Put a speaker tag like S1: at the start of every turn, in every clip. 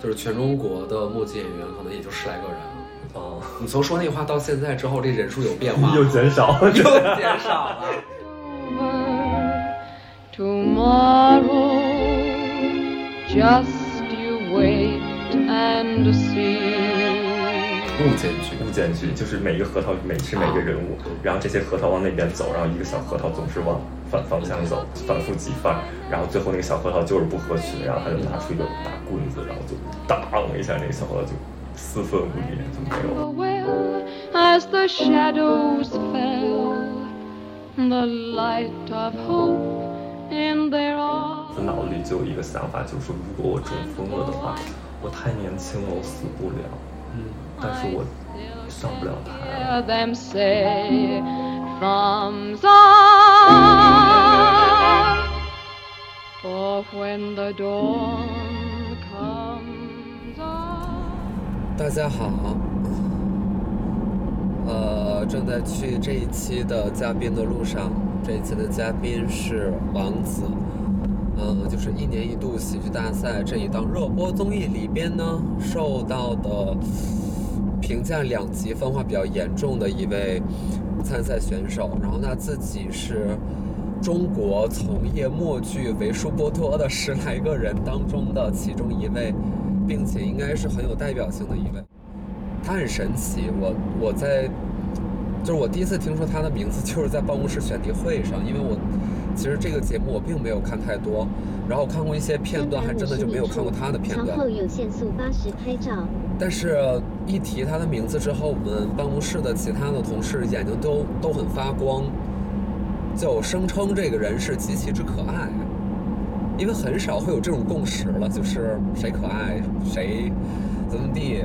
S1: 就是全中国的木吉演员可能也就十来个人。嗯
S2: 哦，，
S1: 你从说那话到现在之后，这人数有变化
S2: 又减少，
S1: 又 减少了。
S3: over tomorrow. Just you wait and see.
S2: 物检局，物检局就是每个核桃每是每个人物，然后这些核桃往那边走，然后一个小核桃总是往反方向走，反复几番，然后最后那个小核桃就是不合群，然后他就拿出一个大棍子，然后就当一下，那个小核桃就四分五裂，就没有了。
S3: Well, as the shadows fell, the light of hope in their eyes.
S2: 我脑子里就有一个想法，就是如果我中风了的话，我太年轻了，我死不了，
S1: 嗯，
S2: 但是我上不了台。
S3: Hear them say, thumbs up. For when the dawn comes on,
S1: 大家好，呃，正在去这一期的嘉宾的路上。这一期的嘉宾是王子，嗯，就是一年一度喜剧大赛这一档热播综艺里边呢，受到的评价两极分化比较严重的一位参赛选手。然后他自己是中国从业默剧为数不多的十来个人当中的其中一位，并且应该是很有代表性的一位。他很神奇，我我在就是我第一次听说他的名字，就是在办公室选题会上，因为我其实这个节目我并没有看太多，然后我看过一些片段，还真的就没有看过他的片段
S4: 稍。后有限速八十拍照。
S1: 但是一提他的名字之后，我们办公室的其他的同事眼睛都都很发光，就声称这个人是极其之可爱，因为很少会有这种共识了，就是谁可爱谁怎么地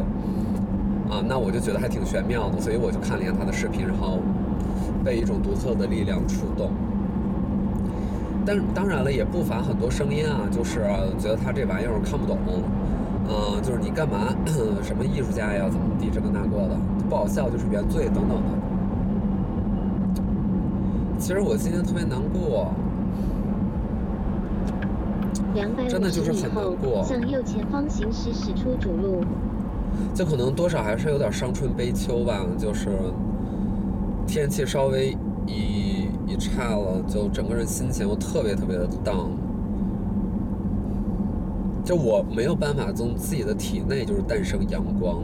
S1: 啊，那我就觉得还挺玄妙的，所以我就看了一眼他的视频，然后被一种独特的力量触动。但当然了，也不乏很多声音啊，就是觉得他这玩意儿看不懂，嗯，就是你干嘛 什么艺术家呀，怎么地这个那个的，不好笑就是原罪等等的。其实我今天特别难过，
S4: 两百
S1: 真的
S4: 五
S1: 就是
S4: 十米
S1: 很难
S4: 后
S1: 过
S4: 向右前方行驶，驶出主路。
S1: 就可能多少还是有点伤春悲秋吧，就是天气稍微一一差了，就整个人心情又特别特别的 down。就我没有办法从自己的体内就是诞生阳光，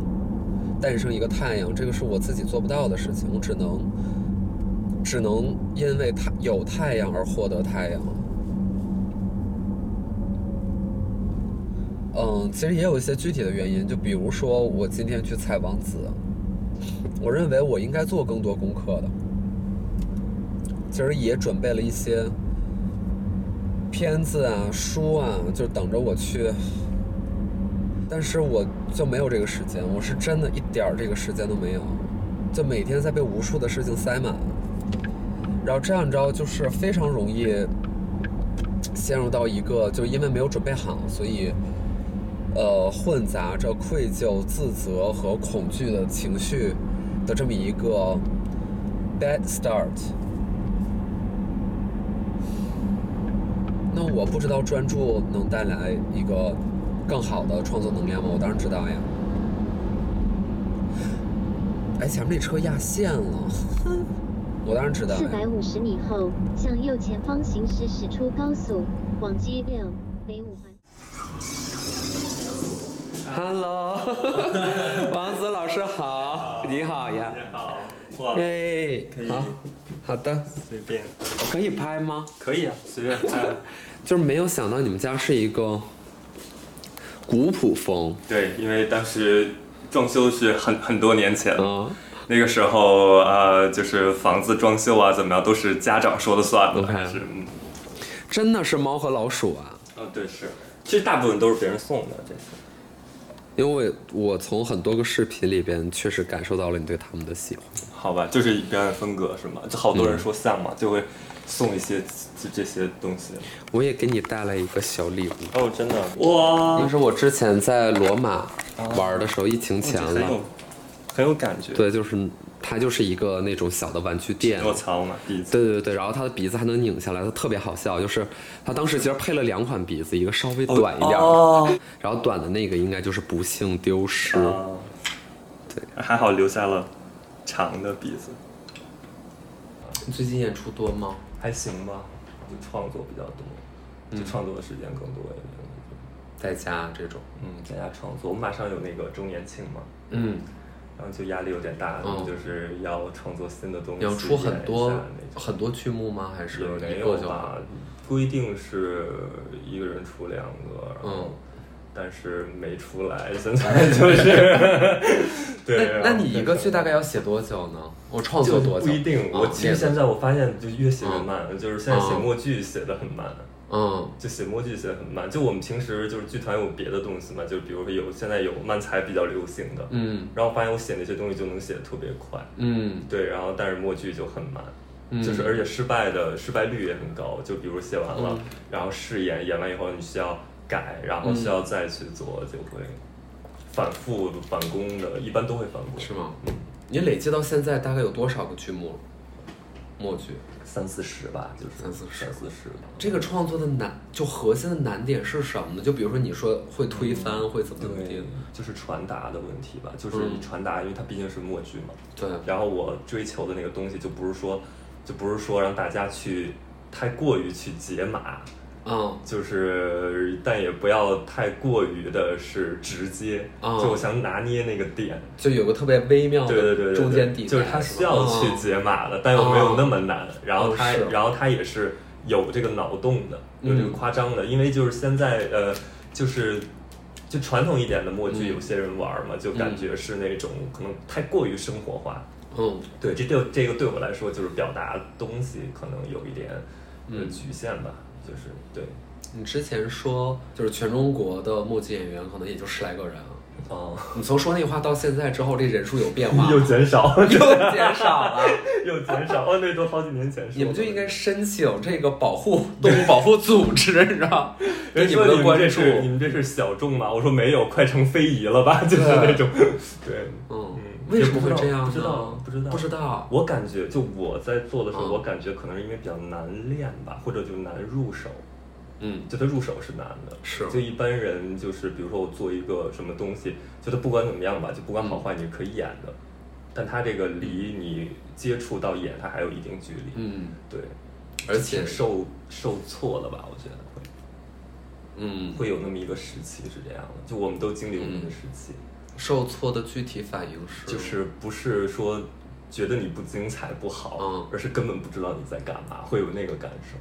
S1: 诞生一个太阳，这个是我自己做不到的事情，我只能只能因为太有太阳而获得太阳。嗯，其实也有一些具体的原因，就比如说我今天去采王子，我认为我应该做更多功课的。其实也准备了一些片子啊、书啊，就等着我去。但是我就没有这个时间，我是真的一点儿这个时间都没有，就每天在被无数的事情塞满。然后这样，你知道，就是非常容易陷入到一个，就因为没有准备好，所以呃混杂着愧疚、自责和恐惧的情绪的这么一个 bad start。那我不知道专注能带来一个更好的创作能量吗？我当然知道呀。哎，前面那车压线了，我当然知道呀。
S4: 四百五十米后向右前方行驶，驶出高速，往 G 六北五环。
S1: Hello，王子老师好，你好呀。
S2: 好，
S1: 哎
S2: 可，以
S1: 好，好的，
S2: 随便，
S1: 可以拍吗？
S2: 可以啊，随便 拍。
S1: 就是没有想到你们家是一个古朴风
S2: 对，因为当时装修是很很多年前了，
S1: 啊。
S2: 那个时候呃，就是房子装修啊怎么样都是家长说了算的
S1: OK
S2: 还是嗯，
S1: 真的是猫和老鼠啊！
S2: 哦对是，其实大部分都是别人送的这些。
S1: 因为我从很多个视频里边确实感受到了你对他们的喜欢。
S2: 好吧，就是表演风格是吗？就好多人说像嘛，就会送一些就这些东西。
S1: 我也给你带来一个小礼物，
S2: 哦，真的哇，
S1: 那是我之
S2: 啊
S1: 前在罗马玩的时候，疫情前
S2: 很
S1: 了
S2: 有。很有感觉。
S1: 对，就是它就是一个那种小的玩具店，
S2: 我操嘛，第一次
S1: 对对对，然后它的鼻子还能拧下来，它特别好笑。就是它当时其实配了两款鼻子，一个稍微短一点，
S2: 哦，
S1: 然后短的那个应该就是不幸丢失。
S2: 哦
S1: 嗯对，
S2: 还好留下了长的鼻子，
S1: 最近演出多吗？
S2: 还行吧，就创作比较
S1: 嗯
S2: 多，就创作的时间更多一点。
S1: 在家这种，
S2: 嗯，在家创作，我们马上有那个周年庆嘛，
S1: 嗯，
S2: 然后就压力有点大，
S1: 嗯
S2: 就是要创作新的东西，
S1: 你要出很多
S2: 演一下那种
S1: 很多剧目吗？还是啊
S2: 也没
S1: 一
S2: 有
S1: 个就好？
S2: 吧，规定是一个人出两个，然后
S1: 嗯
S2: 但是没出来，现 在就是，对。然
S1: 那
S2: 后
S1: 那你一个剧大概要写多久呢？我创作
S2: 就
S1: 多久？
S2: 不一定，我
S1: 嗯
S2: 其实
S1: 练
S2: 现在我发现就越写越慢，就是现在写默剧写的很慢。
S1: 嗯
S2: 就写默剧写的很慢，就我们平时就是剧团有别的东西嘛，就比如说有现在有漫才比较流行的，
S1: 嗯
S2: 然后我发现我写那些东西就能写的特别快，
S1: 嗯
S2: 对，然后但是默剧就很慢，
S1: 嗯，
S2: 就是而且失败的失败率也很高。就比如写完了，
S1: 嗯
S2: 然后试演，演完以后你需要改，然后
S1: 嗯
S2: 需要再去做，就会反复返工的，一般都会返工。
S1: 是吗？嗯你累计到现在大概有多少个剧目了？默剧
S2: 三四十吧，就是
S1: 三四十
S2: 三四十。
S1: 这个创作的难，就核心的难点是什么呢？就比如说你说会推翻，
S2: 嗯
S1: 会怎么怎么
S2: 对
S1: 地？，
S2: 就是传达的问题吧，就是
S1: 嗯
S2: 你传达，因为它毕竟是默剧嘛。
S1: 对，
S2: 然后我追求的那个东西就不是说，就不是说让大家去太过于去解码，
S1: 嗯
S2: 就是，但也不要太过于的是直接，
S1: 嗯
S2: 就我想拿捏那个点，
S1: 就有个特别微妙
S2: 对对对
S1: 的
S2: 对，
S1: 哦中间底，
S2: 就是他需要去解码的，但又没有那么难。然后他
S1: 哦是，
S2: 然后他也是有这个脑洞的，有这个
S1: 嗯
S2: 夸张的，因为就是现在呃，就是。就传统一点的默剧，
S1: 嗯
S2: 有些人玩嘛，就感觉是那种可能太过于生活化。
S1: 嗯
S2: 对，这对这个对我来说，就是表达东西可能有一点
S1: 嗯
S2: 呃局限吧，就是对。
S1: 你之前说就是全中国的默剧演员可能也就十来个人啊，
S2: 哦，
S1: 你从说那话到现在之后，这人数有变化吗，
S2: 又减少，
S1: 又减少了。
S2: 又减少。哦，那都好几年前说的。哎
S1: 你们就应该申请这个保护动物保护组织，你知 道？给你们的关
S2: 人
S1: 注嗯
S2: 说你们这是你们这是小众吗？我说没有，快成非遗了吧，
S1: 啊
S2: 就是那种。对，
S1: 嗯
S2: 嗯，
S1: 为什么会这样呢？
S2: 不知道，不知道，
S1: 不知。道。
S2: 我感觉，就我在做的时候，
S1: 嗯
S2: 我感觉可能是因为比较难练吧，或者就难入手。
S1: 嗯
S2: 就它入手是难的，
S1: 是
S2: 就一般人就是，比如说我做一个什么东西，就它不管怎么样吧，就不管好
S1: 嗯
S2: 坏，你是可以演的，但它这个离你接触到演，它还有一定距离。
S1: 嗯，
S2: 对，
S1: 而且
S2: 挺受受挫了吧？我觉得会。
S1: 嗯，
S2: 会有那么一个时期是这样的，就我们都经历过那个时期，
S1: 受挫的具体反应是，
S2: 就是不是说觉得你不精彩不好，
S1: 嗯
S2: 而是根本不知道你在干嘛，会有那个感受，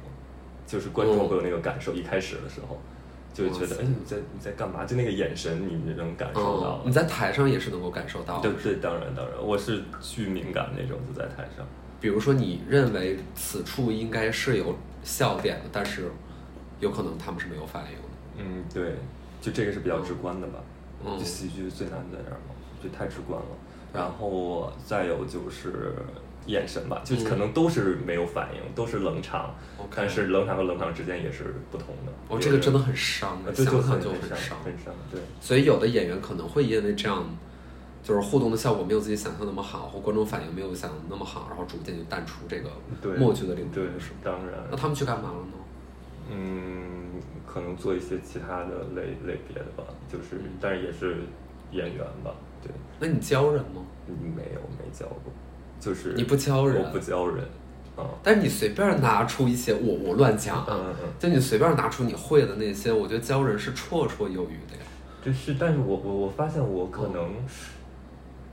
S2: 就是观
S1: 嗯
S2: 众会有那个感受，一开始的时候就会
S1: 哇
S2: 觉得，
S1: 塞
S2: 哎，你在你在干嘛？就那个眼神，你你能感受
S1: 嗯
S2: 到，
S1: 你。在台上也是能够感受到
S2: 对
S1: 的。
S2: 对，当然当然，我是巨敏感那种，就在台上，
S1: 比如说，你认为此处应该是有笑点的，但是有可能他们是没有反应的。
S2: 嗯，对，就这个是比较直观的吧。
S1: 嗯
S2: 就喜剧最难在这儿嘛，就太直观了。然后再有就是眼神吧，
S1: 嗯
S2: 就是可能都是没有反应，都是冷场
S1: OK
S2: 但是冷场和冷场之间也是不同的。
S1: 哦，这个真的很
S2: 有
S1: 伤
S2: 人，，啊对，
S1: 想
S2: 就
S1: 想
S2: 很
S1: 就
S2: 很
S1: 伤。
S2: 很伤。对，
S1: 所以有的演员可能会因为这样，就是互动的效果没有自己想象那么好，或观众反应没有想象那么好，然后逐渐就淡出这个
S2: 对
S1: 默剧的领域。
S2: 对
S1: 是吗，
S2: 当
S1: 那
S2: 然，
S1: 他们去干嘛了呢？
S2: 嗯，可能做一些其他的类类别的吧，就是，
S1: 嗯
S2: 但是也是演员吧，对，
S1: 那你教人吗？
S2: 没有没教过，就是
S1: 你不教人
S2: 我不教人，啊，
S1: 但是你随便拿出一些，我我乱讲啊，
S2: 嗯嗯。
S1: 就你随便拿出你会的那些，我觉得教人是绰绰有余的呀。
S2: 就是，但是我我我发现我可能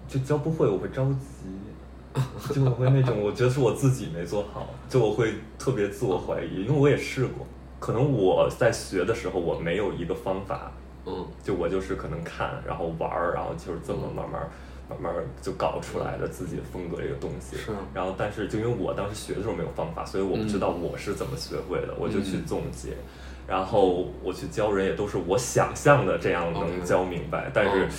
S2: 就教不会，我会着急，就我会那种，我觉得是我自己没做好，就我会特别自我怀疑，因为我也试过，可能我在学的时候我没有一个方法，
S1: 嗯
S2: 就我就是可能看，然后玩儿，然后就是这么慢慢。慢慢就搞出来的自己的风格这个东西，
S1: 是嗯
S2: 然后但是就因为我当时学的时候没有方法，所以我不知道我是怎么学会的，我就去总结，然后我去教人也都是我想象的这样能
S1: OK
S2: 教明白，但是
S1: 嗯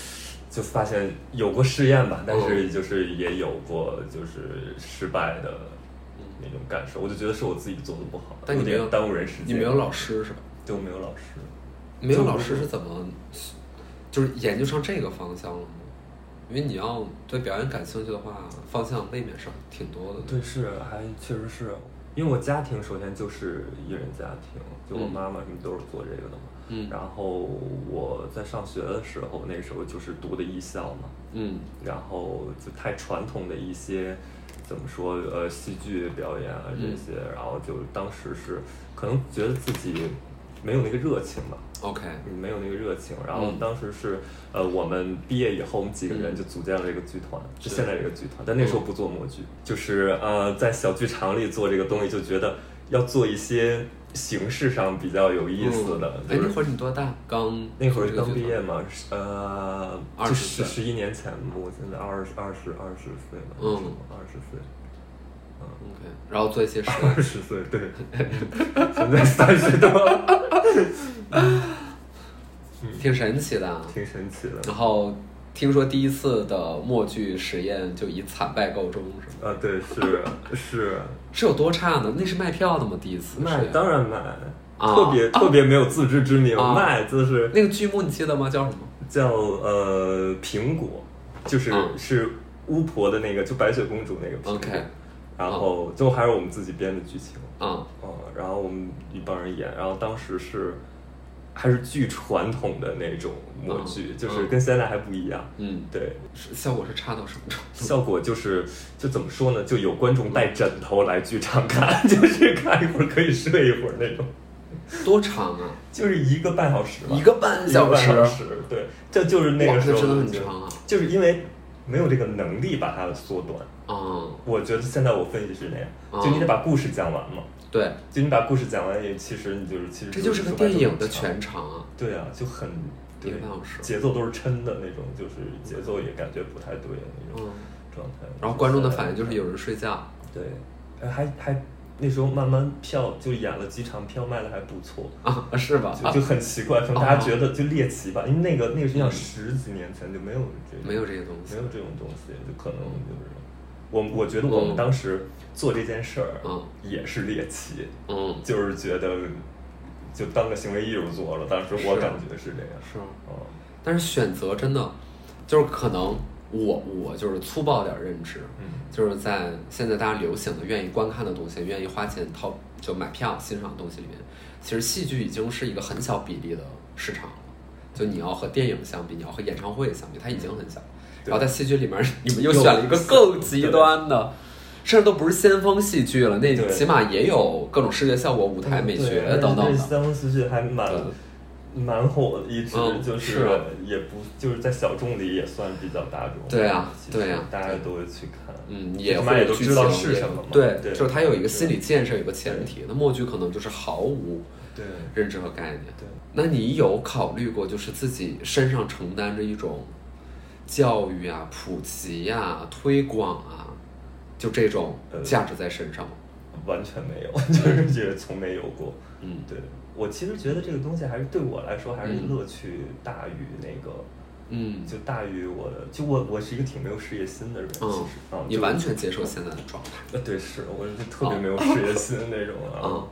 S2: 就发现有过试验吧，但是
S1: 哦
S2: 就是也有过就是失败的那种感受，我就觉得是我自己做的不好，
S1: 嗯但你
S2: 有
S1: 没有
S2: 点耽误人时间，
S1: 你没有老师是吧？
S2: 对，我没有老师，
S1: 没有老师是怎么，就是研究上这个方向了吗？因为你要对表演感兴趣的话，方向未免是挺多的。
S2: 对，是还确实是，因为我家庭首先就是艺人家庭，就我
S1: 嗯
S2: 妈妈什么都是做这个的嘛。
S1: 嗯
S2: 然后我在上学的时候，那时候就是读的艺校嘛，
S1: 嗯
S2: 然后就太传统的一些怎么说呃戏剧表演啊这
S1: 嗯
S2: 些，然后就当时是可能觉得自己没有那个热情吧，
S1: ，OK，
S2: 没有那个热情。然后
S1: 嗯
S2: 当时是，呃，我们毕业以后，我们几个
S1: 嗯
S2: 人就组建了这个剧团，就是现在这个剧团。但那时候不做模具，就是呃，在小剧场里做这个东西，就觉得要做一些形式上比较有意思的。
S1: 哎，
S2: 就
S1: 那
S2: 是
S1: 会儿你多大？刚
S2: 那会儿刚
S1: 这个
S2: 毕
S1: 剧
S2: 业
S1: 团，
S2: 嘛，是呃，
S1: 20
S2: 就
S1: 岁
S2: 是十一年前嘛，我现在二十二十二十岁吧，
S1: 嗯
S2: 二十岁，
S1: OK，然后做一些实
S2: 二
S1: 验。
S2: 十岁，对， 现在三十多，
S1: 挺神奇的啊。
S2: 挺神奇 的。
S1: 然后听说第一次的默剧实验就以惨败告终，是吗？
S2: 啊，对，是是，
S1: 是有多差呢？那是卖票的吗？第一次
S2: 卖
S1: 实验
S2: 当然卖，
S1: 啊
S2: 特别特别没有自知之明，
S1: 啊
S2: 卖就是
S1: 那个剧目你记得吗？叫什么？
S2: 叫呃苹果，就是
S1: 嗯
S2: 是巫婆的那个，就白雪公主那个苹果
S1: OK 嗯
S2: 然后最后还是我们自己编的剧情，
S1: 啊、
S2: 嗯，然后我们一帮人演，然后当时是还是巨传统的那种模剧，
S1: 嗯
S2: 就是
S1: 嗯
S2: 跟现在还不一样，
S1: 嗯，
S2: 对，
S1: 是效果是差到什么程度？
S2: 效果就是就怎么说呢，就有观众
S1: 嗯
S2: 带枕头来剧场看， 就是看一会儿可以睡一会儿那种。
S1: 多长 啊？
S2: 就是一个半小时吧，
S1: 一个半小时
S2: 一个半时对，这就是那
S1: 哇
S2: 个
S1: 这
S2: 时候
S1: 真的很
S2: 就
S1: 长啊
S2: 就是因为没有这个能力把它缩短。
S1: 嗯，
S2: 我觉得现在我分析是那样，
S1: 哦
S2: 就你得把故事讲完嘛，
S1: 对，
S2: 就你把故事讲完也其实你就是其实
S1: 这就是个
S2: 九百
S1: 电
S2: 九十
S1: 影的
S2: 长
S1: 全长啊。
S2: 对啊，就很对
S1: 一个半小时
S2: 节奏都是抻的那种，就是节奏也感觉不太对的那种
S1: 嗯，
S2: 状态。
S1: 然后观众的反应就是有人睡觉。
S2: 对，哎还还那时候慢慢票就演了几场，票卖的还不错，
S1: 啊，是吧？
S2: 就
S1: 啊
S2: 就，很奇怪，可能大家觉得就猎奇吧，因为那个那个实际上十几年前就没有这个
S1: 嗯没有这个东西
S2: 没有这种东西，就可能就是我我觉得我们当时做这件事儿
S1: 嗯
S2: 也是猎奇，
S1: 嗯，
S2: 就是觉得就当个行为艺术做了，当时我
S1: 是
S2: 感觉是这样，
S1: 是。
S2: 哦，
S1: 但是选择真的，就是可能我我就是粗暴点儿认知，
S2: 嗯
S1: 就是在现在大家流行的、愿意观看的东西、愿意花钱掏就买票欣赏的东西里面，其实戏剧已经是一个很小比例的市场了。就你要和电影相比，你要和演唱会相比，它已经很小。
S2: 对
S1: 然后在戏剧里面，你们又
S2: 又
S1: 选了一个更极端的，甚至都不是先锋戏剧了，那
S2: 对
S1: 起码也有各种视觉效果、舞台美学
S2: 嗯对
S1: 等等
S2: 而且这
S1: 的。
S2: 三文四剧还蛮
S1: 嗯。
S2: 蛮火的，一直
S1: 嗯
S2: 就是、
S1: 是啊
S2: 也不就是在小众里也算比较大众。
S1: 对啊
S2: 其实
S1: 对啊
S2: 大家
S1: 对
S2: 都会去看。
S1: 嗯，也
S2: 起码
S1: 会
S2: 也
S1: 有
S2: 都
S1: 剧
S2: 知道
S1: 情
S2: 是
S1: 也
S2: 什
S1: 有
S2: 么嘛
S1: 对，
S2: 对
S1: 就是它有一个
S2: 对
S1: 心理建设，有个前提。那默剧可能就是毫无
S2: 对
S1: 认知和概念。
S2: 对，
S1: 那你有考虑过，就是自己身上承担着一种教育啊、普及啊、推广啊，就这种
S2: 呃
S1: 价值在身上吗？
S2: 完全没有， 就是也从没有过。
S1: 嗯，
S2: 对我其实觉得这个东西还是对我来说还是
S1: 嗯
S2: 乐趣大于那个，
S1: 嗯，
S2: 就大于我的，就我我是一个挺没有事业心的人，其
S1: 嗯
S2: 实啊，
S1: 你
S2: 就
S1: 完哦全接受现在的状态。
S2: 呃，对，是，我是特别没有事业心的那种 啊。
S1: 嗯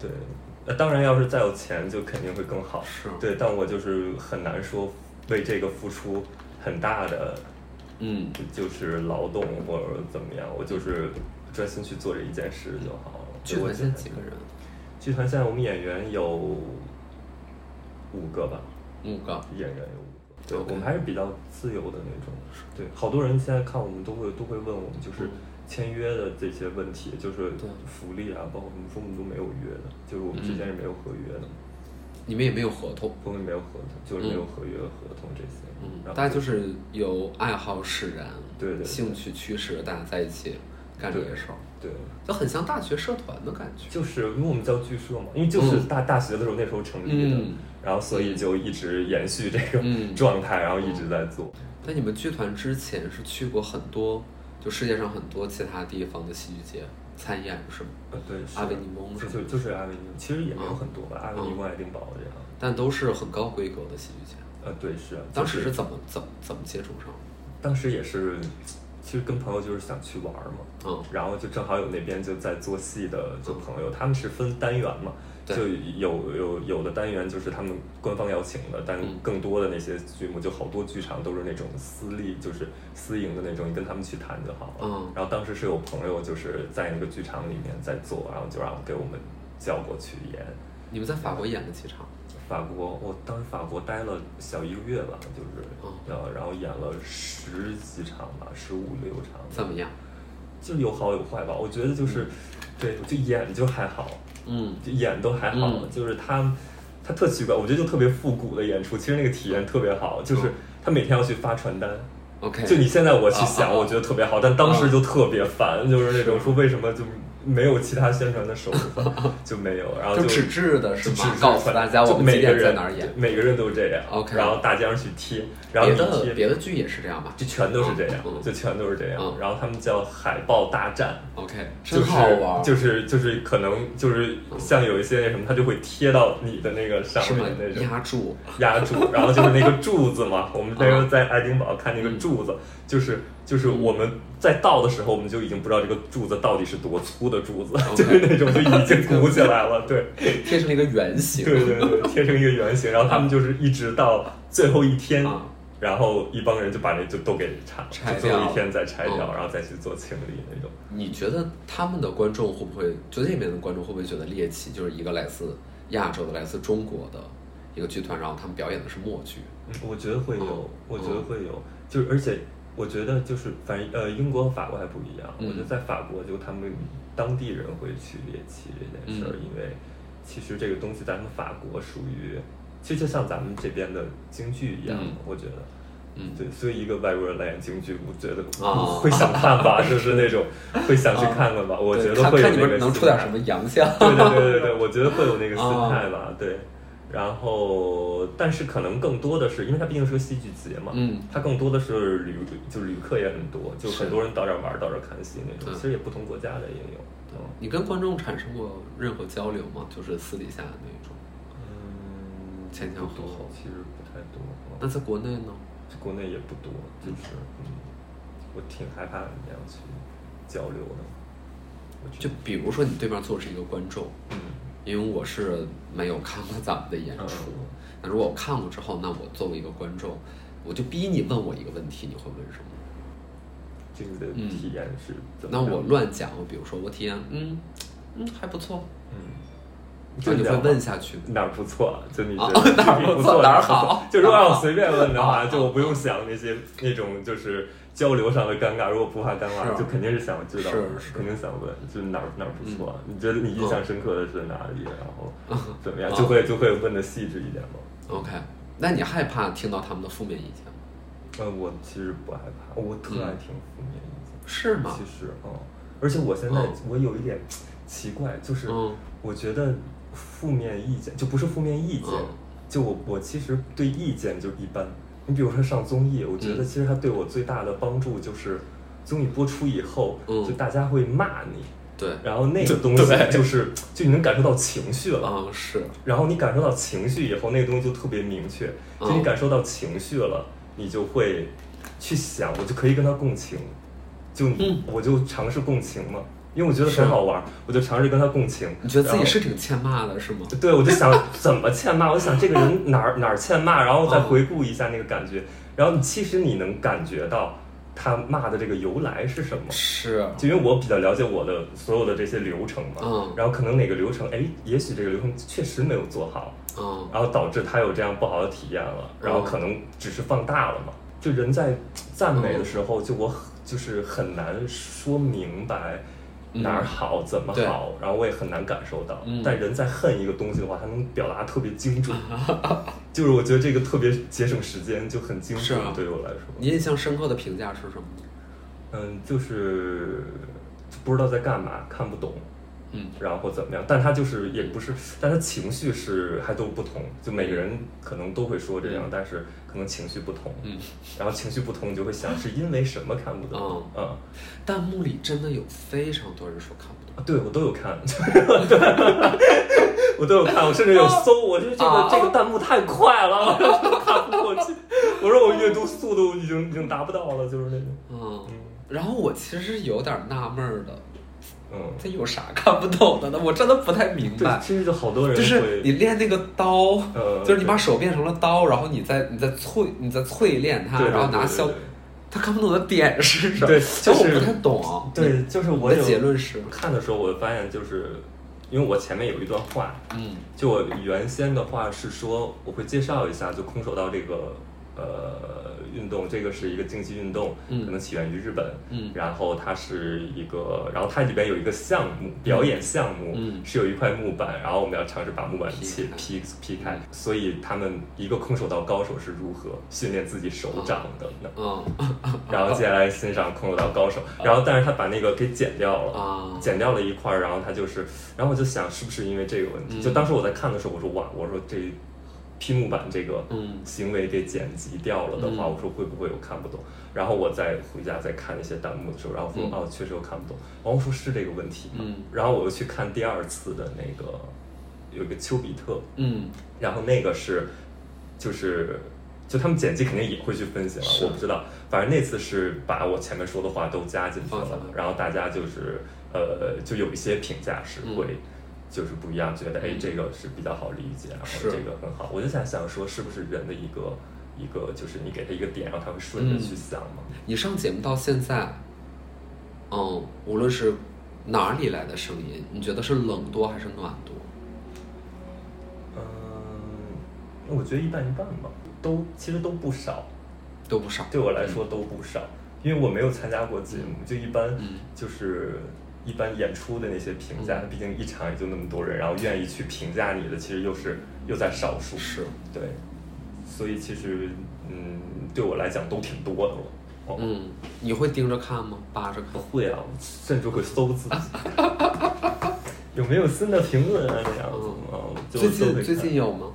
S2: 对，那当然，要是再有钱，就肯定会更好。
S1: 是
S2: 对，但我就是很难说为这个付出很大的
S1: 嗯，
S2: 就是劳动或者怎么样，我就是专心去做这一件事就好了。
S1: 剧
S2: 对我
S1: 团
S2: 觉
S1: 现
S2: 得
S1: 在几个人？
S2: 剧团现在我们演员有五个吧，
S1: 五个。
S2: 演员有五个。对
S1: OK
S2: 我们还是比较自由的那种。对，好多人现在看我们都会都会问我们，就是
S1: 嗯
S2: 签约的这些问题，就是
S1: 对嗯
S2: 福利啊，包括我们说我们都没有约的，就是我们之间是没有合约的，
S1: 你们也没有合同。
S2: 我们没有合同，就是没有合约合同这些。
S1: 嗯，
S2: 然后
S1: 大家就是由爱好使然，
S2: 对对对
S1: 兴趣驱使，大家在一起干这
S2: 对
S1: 个事儿，
S2: 对。
S1: 就很像大学社团的感觉。
S2: 就是因为我们叫剧社嘛，因为就是
S1: 嗯
S2: 大、大学的时候那时候成立的，
S1: 嗯
S2: 然后所以就一直延续这个
S1: 嗯
S2: 状态，然后一直在做。
S1: 那你们剧团之前是去过很多，就世界上很多其他地方的戏剧节参演是吗？
S2: 呃，对，是
S1: 阿维尼翁是
S2: 就
S1: 吗？
S2: 就是阿维尼翁，其实也没有
S1: 嗯
S2: 很多吧，阿维尼翁、爱丁堡这样。
S1: 但都是很高规格的戏剧节。
S2: 呃，对，是啊。
S1: 当时
S2: 就是
S1: 怎么怎么怎么接触上
S2: 当时也是，其实跟朋友就是想去玩儿嘛，
S1: 的？嗯
S2: 然后就正好有那边就在做戏的就朋友，他们是分单元嘛，
S1: 嗯对
S2: 就有有有的单元就是他们官方邀请的，但
S1: 嗯
S2: 更多的那些剧目就好多剧场都是那种私立，就是私营的那种，你跟他们去谈就好了。
S1: 嗯
S2: 然后当时是有朋友就是在那个剧场里面在做，然后就让我给我们叫过去演。
S1: 你们在法国演了几场？
S2: 法国，我当时法国待了小一个月吧，就是
S1: 哦，
S2: 呃，然后演了十几场吧，十五六场，
S1: 怎么嗯样？
S2: 就有好有坏吧。我觉得就是，对，就演就还好，
S1: 嗯
S2: 就演都还好，
S1: 嗯
S2: 就是他他特奇怪，我觉得就特别复古的演出，其实那个体验特别好，
S1: 嗯
S2: 就是他每天要去发传单。
S1: ，OK，
S2: 就你现在我去
S1: 啊啊
S2: 想，
S1: 啊
S2: 我觉得特别好，但当时就特别烦，就是那种
S1: 是
S2: 说为什么就没有其他宣传的手 段，就没有，然后
S1: 就
S2: 就
S1: 纸质的是
S2: 就
S1: 吗
S2: 只是？
S1: 告诉大家我们几
S2: 每个
S1: 点
S2: 人
S1: 在哪儿演。
S2: 每个人都这样。
S1: OK
S2: 然后大街上去贴，然后
S1: 别
S2: 你
S1: 的
S2: 贴，
S1: 别的剧也是这样吧
S2: 就全都是这样，
S1: 嗯
S2: 就全都是这样。
S1: 嗯
S2: 然后他们叫海报大战。
S1: ？OK，
S2: 就
S1: 真
S2: 是
S1: 好玩，嗯
S2: 就是就是可能就是像有一些那什么，它就会贴到你的那个上
S1: 什么
S2: 面那种
S1: 压住，
S2: 压住，然后就是那个柱子嘛。我们那时候
S1: 啊
S2: 在爱丁堡看那个
S1: 嗯
S2: 柱子，就是就是我们在倒的时候，我们就已经不知道这个柱子到底是多粗的柱子， 就是那种就已经鼓起来了。对，
S1: 贴成了一个圆形。
S2: 对对对，贴成一个圆形，然后他们就是一直到最后一天，
S1: 啊
S2: 然后一帮人就把那就都给拆，
S1: 拆
S2: 就最后
S1: 掉
S2: 一天再拆掉，
S1: 嗯
S2: 然后再去做清理那种。
S1: 你觉得他们的观众会不会，就那边的观众会不会觉得猎奇？就是一个来自亚洲的、来自中国的一个剧团，然后他们表演的是默剧。
S2: 嗯，我觉得会有
S1: 哦，
S2: 我觉得会有，就是而且我觉得就是反正呃，英国和法国还不一样，
S1: 嗯
S2: 我觉得在法国就他们当地人会去猎奇这件事儿，
S1: 嗯
S2: 因为其实这个东西咱们法国属于，其实就像咱们这边的京剧一样，
S1: 嗯
S2: 我觉得。
S1: 嗯，
S2: 对，所以一个外国人来演京剧，我觉得
S1: 啊
S2: 会想看吧，就是 那种会想去看看吧。我
S1: 对
S2: 觉得会
S1: 看
S2: 有
S1: 看你
S2: 那
S1: 们
S2: 个
S1: 能
S2: 心
S1: 出点
S2: 态
S1: 什么洋相。
S2: 对对对对对，我觉得会有那个心
S1: 啊
S2: 态吧，对。然后，但是可能更多的是，因为它毕竟是个戏剧节嘛，
S1: 嗯，
S2: 它更多的是旅，就是旅客也很多，就是很多人到这儿玩儿，到这儿看戏那种。
S1: 嗯
S2: 其实也不同国家的也有，嗯
S1: 你跟观众产生过任何交流吗？就是私底下的那种。
S2: 嗯
S1: 前前后后
S2: 其实不太多，
S1: 那在国内呢？
S2: 嗯国内也不多，就是嗯，我挺害怕那样去交流的，我觉
S1: 就
S2: 得，
S1: 比如说你对面坐着一个观众，
S2: 嗯，
S1: 因为我是没有看过咱们的演出。
S2: 嗯
S1: 那如果我看过之后，那我作为一个观众，我就逼你问我一个问题，你会问什么？
S2: 就你的
S1: 嗯
S2: 体验是怎么
S1: 那
S2: 样？
S1: 我乱讲，我比如说我体验，嗯嗯还不错，
S2: 嗯，
S1: 就你
S2: 这
S1: 会
S2: 样吧
S1: 问下去。
S2: 哪儿不错，就你觉
S1: 啊
S2: 得自 己
S1: 哪儿不
S2: 不
S1: 错
S2: 错
S1: 哪儿
S2: 你不错
S1: 好
S2: 就如果让我随便问的
S1: 啊
S2: 话，就我不用想那些那种就是交流上的尴尬。如果不怕尴
S1: 是啊
S2: 尬，就肯定是想知道
S1: 是，是嗯
S2: 肯定想问，就哪儿哪儿不错，你觉得你印象深刻的是哪 里？然后怎么样？
S1: 啊
S2: 就会就会问的细致一点嘛。
S1: OK，那你害怕听到他们的负面意见吗？
S2: 呃，我其实不害怕，我特爱听负面意见。
S1: 嗯是吗
S2: 其？实，嗯，而且我现在
S1: 嗯
S2: 我有一点奇怪，就是
S1: 嗯
S2: 我觉得负面意见就不是负面意见
S1: 嗯，
S2: 就我我其实对意见就一般。你比如说上综艺，我觉得
S1: 嗯
S2: 其实它对我最大的帮助就是综艺播出以后，
S1: 嗯
S2: 就大家会骂你，
S1: 对，
S2: 然后那个东西
S1: 对
S2: 就是就你能感受到情绪了。
S1: 嗯是，
S2: 然后你感受到情绪以后，那个东西就特别明确。
S1: 嗯
S2: 就你感受到情绪了，你就会去想，我就可以跟他共情。就你、
S1: 嗯
S2: 我就尝试共情嘛，因为我觉得
S1: 是
S2: 很好玩，我就尝试跟他共情。
S1: 你觉得自
S2: 然
S1: 己
S2: 后
S1: 是挺欠骂的是吗？
S2: 对，我就想怎么欠骂，我想这个 人哪儿哪儿欠骂，然后再
S1: 嗯
S2: 回顾一下那个感觉，然后你其实你能感觉到他骂的这个由来是什么。
S1: 是，啊
S2: 就因为我比较了解我的所有的这些流程嘛，
S1: 嗯
S2: 然后可能哪个流程，哎，也许这个流程确实没有做好，
S1: 嗯
S2: 然后导致他有这样不好的体验了，然后可能只是放大了嘛。就人在赞美的时候，就我很就是很难说明白哪儿好、怎么好，然后我也很难感受到。
S1: 嗯
S2: 但人在恨一个东西的话，他能表达特别精 准，就是我觉得这个特别节省时间，就很精
S1: 是
S2: 准
S1: 啊
S2: 对我来说。
S1: 你印象深刻的评价是什么？
S2: 嗯，就是就不知道在干嘛，看不懂。
S1: 嗯，
S2: 然后怎么样？但他就是也不是，但他情绪是还都不同，就每个人可能都会说这样，
S1: 嗯
S2: 但是可能情绪不同，
S1: 嗯，
S2: 然后情绪不同，你就会想是因为什么看不
S1: 哦
S2: 懂，嗯，
S1: 弹幕里真的有非常多人说看不懂。
S2: 啊对我都有看， 对，我都有看，我甚至有搜，我说这
S1: 啊
S2: 个这个弹幕太快了， 我说看不过去，我说我阅读速度已经已经达不到了，就是那种，
S1: 嗯，
S2: 嗯
S1: 然后我其实是有点纳闷儿的，
S2: 嗯，
S1: 这有啥看不懂的呢？我真的不太明
S2: 对
S1: 白，。
S2: 甚至好多人
S1: 就是你
S2: 会，
S1: 练那个刀，
S2: 呃，
S1: 就是你把手变成了刀，然后你再你再淬你再淬炼它，
S2: 对，对
S1: 然后拿削。他看不懂的点是什么？
S2: 对
S1: 其实我
S2: 就是
S1: 不太懂。啊
S2: 对对对，对，就是
S1: 你
S2: 我
S1: 的
S2: 有
S1: 结论是，
S2: 看的时候，我发现就是，因为我前面有一段话，
S1: 嗯
S2: 就我原先的话是说，我会介绍一下，就空手道这个呃运动，这个是一个竞技运动，
S1: 嗯
S2: 可能起源于日本，
S1: 嗯
S2: 然后它是一个，然后它里边有一个项目，表演项目，
S1: 嗯
S2: 是有一块木板，然后我们要尝试把木板切
S1: 劈
S2: 劈劈开，所以他们一个空手道高手是如何训练自己手掌的呢？
S1: 嗯
S2: 然后接下来欣赏空手道高手，然后但是他把那个给剪掉了。
S1: 啊，
S2: 剪掉了一块儿，然后他就是，然后我就想是不是因为这个问题？
S1: 嗯
S2: 就当时我在看的时候，我说哇，我说这劈木板这个
S1: 嗯
S2: 行为给剪辑掉了的话，
S1: 嗯
S2: 我说会不会我看不懂？然后我再回家再看那些弹幕的时候，然后说、
S1: 嗯
S2: 哦，确实我看不懂。然后我说是这个问题吗？
S1: 嗯
S2: 然后我又去看第二次的那个有一个丘比特，
S1: 嗯
S2: 然后那个是就是就他们剪辑肯定也会去分析了，
S1: 是
S2: 我不知道，反正那次是把我前面说的话都加进去
S1: 放进
S2: 了
S1: 去了，
S2: 然后大家就是呃就有一些评价是
S1: 嗯
S2: 会。就是不一样，觉得哎
S1: 嗯，
S2: 这个是比较好理解，然后
S1: 是
S2: 这个很好。我就在想说，是不是人的一个一个，就是你给他一个点，然后他会顺着
S1: 嗯
S2: 去想嘛？
S1: 你上节目到现在，嗯，无论是哪里来的声音，你觉得是冷多还是暖多？
S2: 嗯，我觉得一半一半吧，都其实都不少，
S1: 都不少。
S2: 对我来说都不少，因为我没有参加过节目，就一般
S1: 嗯嗯
S2: 就是一般演出的那些评价，
S1: 嗯
S2: 毕竟一场也就那么多人，然后愿意去评价你的，其实又是又在少数，
S1: 是，
S2: 对，所以其实嗯，对我来讲都挺多的了。哦，
S1: 嗯，你会盯着看吗？扒着看？
S2: 会啊，我甚至会搜自己 有没有新的评论啊那样子
S1: 嗯
S2: 啊，就
S1: 最
S2: 都会
S1: 近最
S2: 看
S1: 近有吗？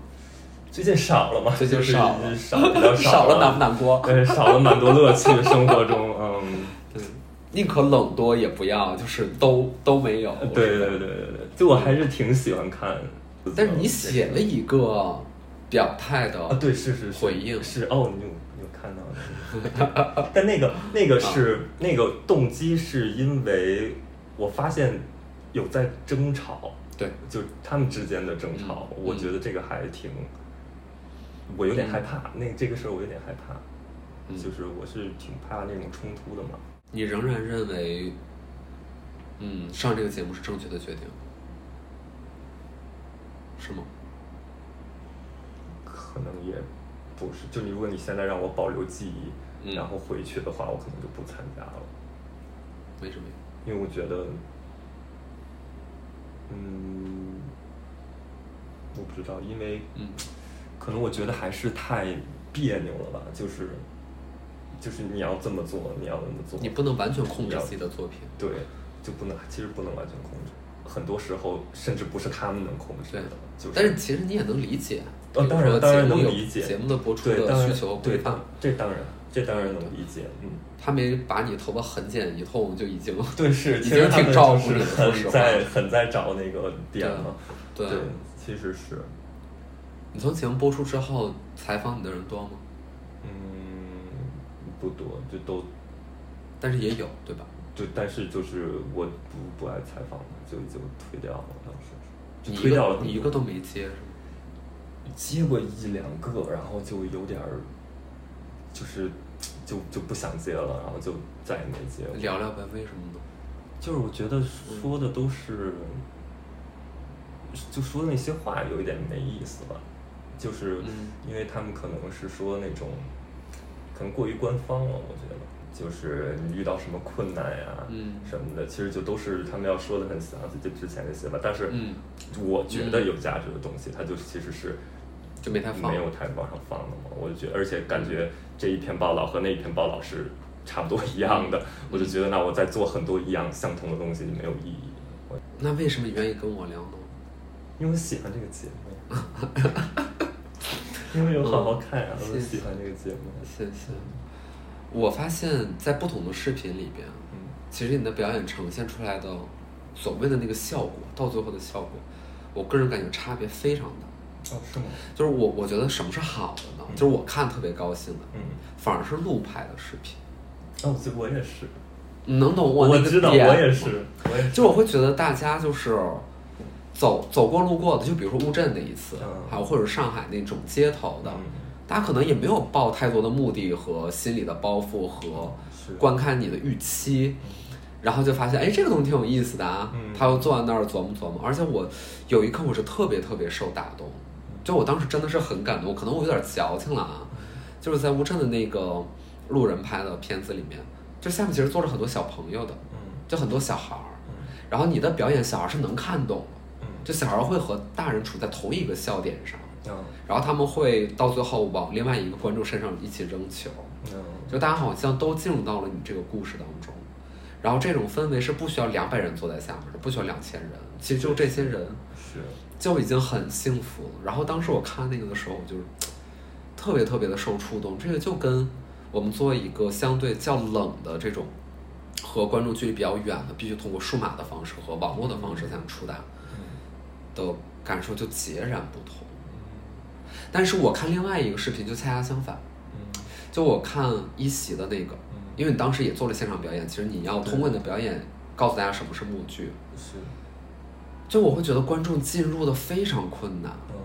S2: 最近少了嘛，
S1: 最近
S2: 就是
S1: 少了
S2: 少啊比 较
S1: 少了
S2: 了
S1: 难不难过
S2: 对，少了蛮多乐趣，生活中嗯。
S1: 对，宁可冷多也不要，就是都都没有。
S2: 对对对对对，就我还是挺喜欢看。
S1: 但是你写了一个表态的
S2: 啊，对，是是是
S1: 回应
S2: 是哦，你有你有看到那个 但那个那个
S1: 啊
S2: 是、那个动机是因为我发现有在争吵，
S1: 对
S2: 就是他们之间的争吵，
S1: 嗯
S2: 我觉得这个还挺，我有
S1: 嗯
S2: 点害怕，那这个事儿我有点害怕，
S1: 嗯
S2: 就是我是挺怕那种冲突的嘛。
S1: 你仍然认为，嗯，上这个节目是正确的决定，是吗？
S2: 可能也不是，就你如果你现在让我保留记忆，
S1: 嗯
S2: 然后回去的话，我可能就不参加了，
S1: 为什么呀？
S2: 因为我觉得，嗯，我不知道，因为
S1: 嗯
S2: 可能我觉得还是太别扭了吧，就是就是你要这么做，你要那么做，
S1: 你不能完全控制自己的作品，
S2: 对，就不能，其实不能完全控制，很多时候甚至不是他们能控制
S1: 对
S2: 的，就是
S1: 但是其实你也能理解。
S2: 哦当然
S1: 比如说
S2: 当然
S1: 节目有
S2: 能理解
S1: 节目的播出
S2: 对，当
S1: 的
S2: 然
S1: 需求规
S2: 对，
S1: 范
S2: 当，这当然这当然能理解，嗯。
S1: 他没把你头发痕剪一通就已经
S2: 对，是，
S1: 已
S2: 其
S1: 经
S2: 实他
S1: 挺
S2: 们
S1: 照
S2: 就
S1: 顾
S2: 是
S1: 你了说实
S2: 很
S1: 话
S2: 在很在找那个点了。
S1: 对
S2: 对，其实是，
S1: 你从节目播出之后，采访你的人多吗？
S2: 嗯，不多，就都
S1: 但是也有，对吧？
S2: 就，但是就是我不不爱采访了，就就推掉了，当时
S1: 你
S2: 就
S1: 一
S2: 推掉
S1: 个
S2: 了很多。
S1: 你一个都没接，是吗？
S2: 接过一两个，然后就有点儿，就是就就不想接了，然后就再也没接过。
S1: 聊聊呗，为什么呢？
S2: 就是我觉得说的都是，就说的那些话有一点没意思吧，就是
S1: 嗯
S2: 因为他们可能是说那种，可能过于官方了，我觉得，就是你遇到什么困难呀、
S1: 嗯
S2: 什么的，其实就都是他们要说的很详细，就之前那些吧。但是
S1: 嗯，
S2: 我觉得有价值的东西，它就其实是
S1: 就没太放
S2: 没。有太往上放的嘛。我就觉得，而且感觉这一篇报道和那一篇报道是差不多一样的，
S1: 嗯
S2: 我就觉得那我在做很多一样相同的东西就没有意义。我
S1: 那为什么你愿意跟我聊呢？
S2: 因为我喜欢这个节目， 因为有好好看啊，我
S1: 嗯谢谢
S2: 喜欢这个节目。
S1: 谢谢。我发现，在不同的视频里边，
S2: 嗯
S1: 其实你的表演呈现出来的所谓的那个效果，到最后的效果，我个人感觉差别非常大。
S2: 哦，是吗？
S1: 就是我，我觉得什么是好的呢？
S2: 嗯
S1: 就是我看特别高兴的，
S2: 嗯，
S1: 反而是录拍的视频。
S2: 哦，我觉得我也是，
S1: 你能懂我
S2: 我
S1: 那个
S2: 知道，我
S1: 点
S2: 也是，我也是。
S1: 就我会觉得大家就是走走过路过的，就比如说乌镇那一次
S2: 嗯，
S1: 还有或者上海那种街头的，
S2: 嗯
S1: 大家可能也没有抱太多的目的和心理的包袱和
S2: 是
S1: 观看你的预期，然后就发现哎这个东西挺有意思的啊
S2: 嗯，
S1: 他又坐在那儿琢磨琢磨，而且我有一刻我是特别特别受打动，就我当时真的是很感动，可能我有点矫情了啊，就是在乌镇的那个路人拍的片子里面，就下面其实坐着很多小朋友的，
S2: 嗯
S1: 就很多小孩儿。
S2: 嗯
S1: 然后你的表演小孩是能看懂的，
S2: 嗯
S1: 就小孩会和大人处在同一个笑点上，
S2: 嗯
S1: 然后他们会到最后往另外一个观众身上一起扔球，
S2: 嗯
S1: 就大家好像都进入到了你这个故事当中，然后这种氛围是不需要两百人坐在下面的，不需要两千人，其实就这些人
S2: 嗯是
S1: 就已经很幸福了。然后当时我看那个的时候，我就是特别特别的受触动，这个就跟我们做一个相对较冷的这种和观众距离比较远的，必须通过数码的方式和网络的方式才能触达的感受就截然不同。但是我看另外一个视频就恰恰相反，
S2: 嗯
S1: 就我看一席的那个，因为你当时也做了现场表演，其实你要通过你的表演告诉大家什么是默剧，
S2: 是
S1: 就我会觉得观众进入的非常困难。
S2: 嗯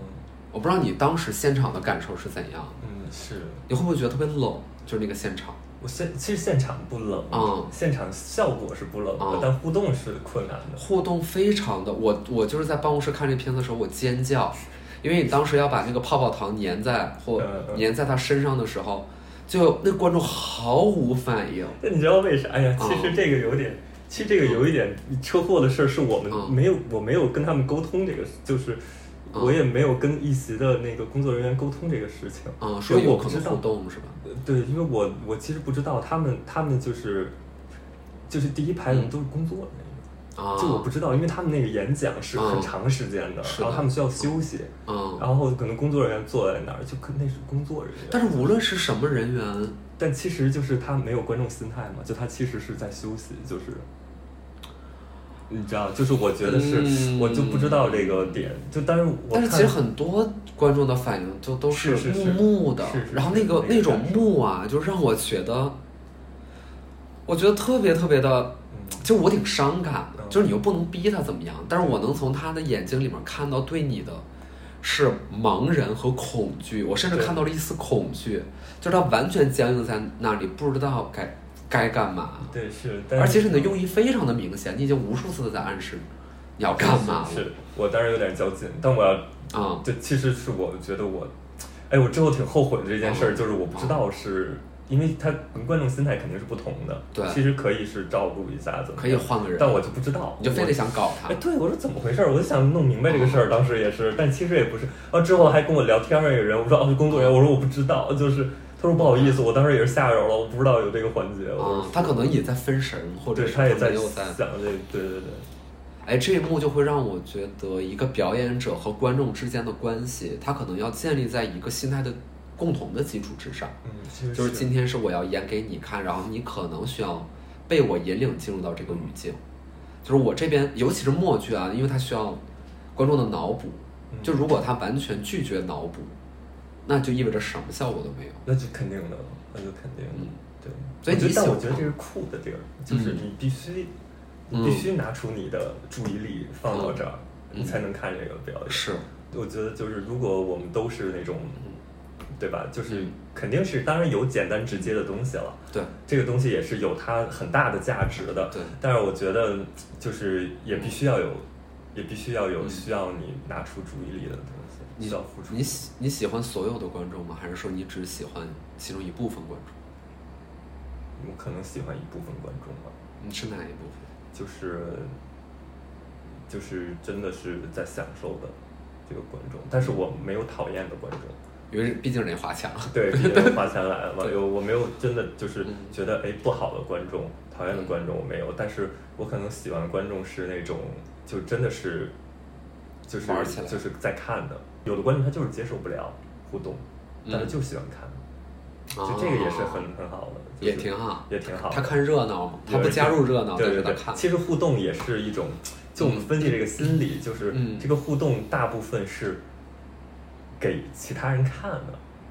S1: 我不知道你当时现场的感受是怎样，
S2: 嗯是。
S1: 你会不会觉得特别冷？就是那个现场，
S2: 我现其实现场不冷，
S1: 嗯
S2: 现场效果是不冷的，
S1: 嗯
S2: 但互动是困难的。
S1: 互动非常的，我我就是在办公室看这片子的时候，我尖叫，因为你当时要把那个泡泡糖粘在或
S2: 嗯嗯
S1: 粘在他身上的时候，就那观众毫无反应，
S2: 那你知道为啥哎呀？
S1: 嗯
S2: 其实这个有点，其实这个有一点车祸的事儿，是我们
S1: 嗯
S2: 没有，我没有跟他们沟通这个，就是
S1: 嗯
S2: 我也没有跟一席的那个工作人员沟通这个事情。
S1: 嗯，所以
S2: 因为
S1: 有
S2: 我不
S1: 可
S2: 知
S1: 能
S2: 道
S1: 互。动是吧？
S2: 呃对，因为我我其实不知道他们，他们就是就是第一排人都是工作的那个。
S1: 嗯啊，
S2: 就我不知道，因为他们那个演讲是很
S1: 嗯
S2: 长时间的，
S1: 是的
S2: 然后他们需要休息，
S1: 嗯，
S2: 然后可能工作人员坐在那儿，就可那是工作人员。
S1: 但是无论是什么人员，
S2: 但其实就是他没有观众心态嘛，就他其实是在休息，就是，你知道，就是我觉得是，
S1: 嗯
S2: 我就不知道这个点，就但是我
S1: 但
S2: 看
S1: 是其实很多观众的反应就都
S2: 是是
S1: 木
S2: 是
S1: 木的，
S2: 是是
S1: 然后
S2: 是
S1: 那个
S2: 那个
S1: 那种
S2: 感受
S1: 木啊，就让我觉得，我觉得特别特别的，
S2: 嗯
S1: 就我挺伤感的，
S2: 嗯
S1: 就是你又不能逼他怎么样，但是我能从他的眼睛里面看到对你的。是茫然和恐惧，我甚至
S2: 对
S1: 看到了一丝恐惧，就是他完全僵硬在那里，不知道该该干嘛。
S2: 对是，但是
S1: 而且是你的用意非常的明显，你已经无数次的在暗示你要干嘛了。
S2: 是是我当然有点较劲，但我要
S1: 啊、
S2: 这其实是我觉得我，哎，我之后挺后悔的这件事
S1: 嗯
S2: 儿，就是我不知道是因为他跟观众心态肯定是不同的，
S1: 对
S2: 其实可以是照顾一下子，
S1: 可以换个人，
S2: 但我就不知道，
S1: 你就非
S2: 我
S1: 得想搞他
S2: 哎，。对，我说怎么回事儿？我就想弄明白这个事儿，当时也是，但其实也不是。然后之后还跟我聊天儿那个人，我说哦是工作人员，我说我不知道，就是他说不好意思，我当时也是吓着了，我不知道有这个环节。我
S1: 啊
S2: 说，
S1: 他可能也在分神，或者
S2: 对
S1: 是
S2: 他也
S1: 没有在
S2: 想。这，对对对，
S1: 哎，这一幕就会让我觉得，一个表演者和观众之间的关系，他可能要建立在一个心态的共同的基础之上。
S2: 嗯，其实
S1: 就是今天是我要演给你看，然后你可能需要被我引领进入到这个语境。就是我这边，尤其是默剧啊，因为它需要观众的脑补。
S2: 嗯
S1: 就如果他完全拒绝脑补，那就意味着什么效果都没有。
S2: 那就肯定的，那就肯定的
S1: 嗯，所
S2: 对。
S1: 以
S2: 我觉
S1: 你
S2: 得但
S1: 喜
S2: 我
S1: 欢
S2: 觉得这是酷的地儿，就是
S1: 嗯
S2: 你必须，
S1: 嗯
S2: 你必须拿出你的注意力放到这儿，
S1: 嗯
S2: 你才能看这个表演。
S1: 呃是，
S2: 我觉得就是，如果我们都是那种，
S1: 嗯
S2: 对吧？就是肯定是，当然有简单直接的东西了，
S1: 对，
S2: 这个东西也是有它很大的价值的。
S1: 对
S2: 但是我觉得就是也必须要有，也必须要有
S1: 嗯
S2: 需要你拿出注意力的东西，
S1: 你
S2: 需要付出
S1: 你。喜你喜欢所有的观众吗？还是说你只喜欢其中一部分观众？
S2: 我可能喜欢一部分观众吧，
S1: 你是哪一部分？
S2: 就是就是真的是在享受的这个观众，但是我没有讨厌的 观众。
S1: 因为毕竟人家花钱了。
S2: 对，也有花钱来了嘛。
S1: 对
S2: 有我没有真的就是
S1: 嗯
S2: 觉得哎不好的观众、讨厌的观众我没有，但是我可能喜欢的观众是那种就真的是就是
S1: 玩起来
S2: 就是在看的。有的观众他就是接受不了互动，但
S1: 嗯
S2: 是就喜欢看，
S1: 啊
S2: 就这个也是很很好的，就是
S1: 也挺好
S2: 也挺好的。
S1: 他看热闹嘛，
S2: 对
S1: 他不加入热闹，但
S2: 对对
S1: 是他
S2: 对
S1: 看，。
S2: 其实互动也是一种，就我们分析这个心理，就是
S1: 嗯
S2: 这个互动大部分是给其他人看的。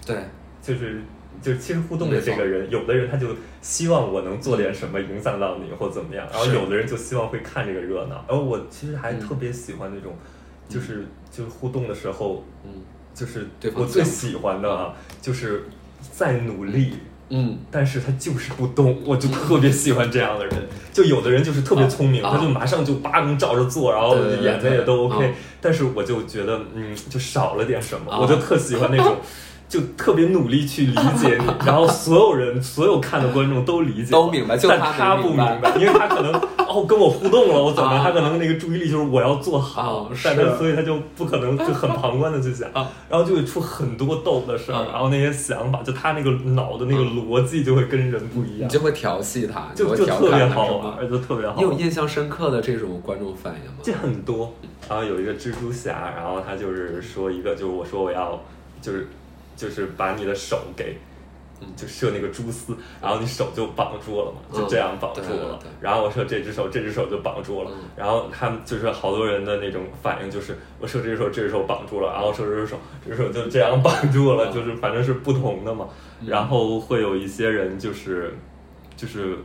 S1: 对，
S2: 就是就其实互动的这个人，有的人他就希望我能做点什么影响到你或怎么样，然后
S1: 是
S2: 有的人就希望会看这个热闹。然后我其实还
S1: 嗯
S2: 特别喜欢那种，就是就是互动的时候，
S1: 嗯
S2: 就是
S1: 对方
S2: 我最
S1: 讲
S2: 喜欢的啊，就是在努力。
S1: 嗯，
S2: 但是他就是不动，我就特别喜欢这样的人。就有的人就是特别聪明，
S1: 啊
S2: 他就马上就叭能照着做，然后
S1: 对对对
S2: 演的也都
S1: 对
S2: OK
S1: 嗯。
S2: 但是我就觉得，嗯，就少了点什么，
S1: 啊
S2: 我就特喜欢那 种。就特别努力去理解你，然后所有人、所有看的观众都理解我，
S1: 都明白就
S2: 但
S1: 他没
S2: 他不
S1: 明白
S2: 白，因为他 可能哦跟我互动了，我怎么
S1: 啊
S2: 办？他可能那个注意力就是我要做好
S1: 啊，
S2: 但
S1: 是
S2: 他所以他就不可能就很旁观的去想
S1: 啊，
S2: 然后就会出很多逗的事儿，
S1: 嗯
S2: 然后那些想法，就他那个脑的那个逻辑就会跟人不一
S1: 你
S2: 样，
S1: 就会调戏他，你
S2: 就
S1: 会
S2: 就
S1: 调
S2: 特
S1: 侃
S2: 别
S1: 他
S2: 好
S1: 是吗
S2: 玩，就特别好
S1: 你有
S2: 玩。
S1: 印象深刻的这种观众反应吗？
S2: 这很多，然后有一个蜘蛛侠，然后他就是说一个，就是我说我要，就是就是把你的手给。就射那个蛛丝，然后你手就绑住了嘛，
S1: 嗯
S2: 就这样绑住
S1: 对对
S2: 了
S1: 对。
S2: 然后我射这只手，这只手就绑住了
S1: 嗯。
S2: 然后他们就是好多人的那种反应就是，我射这只手，这只手绑住了，然后射这只手，这只手就这样绑住了，
S1: 嗯
S2: 就是反正是不同的嘛。然后会有一些人就是就是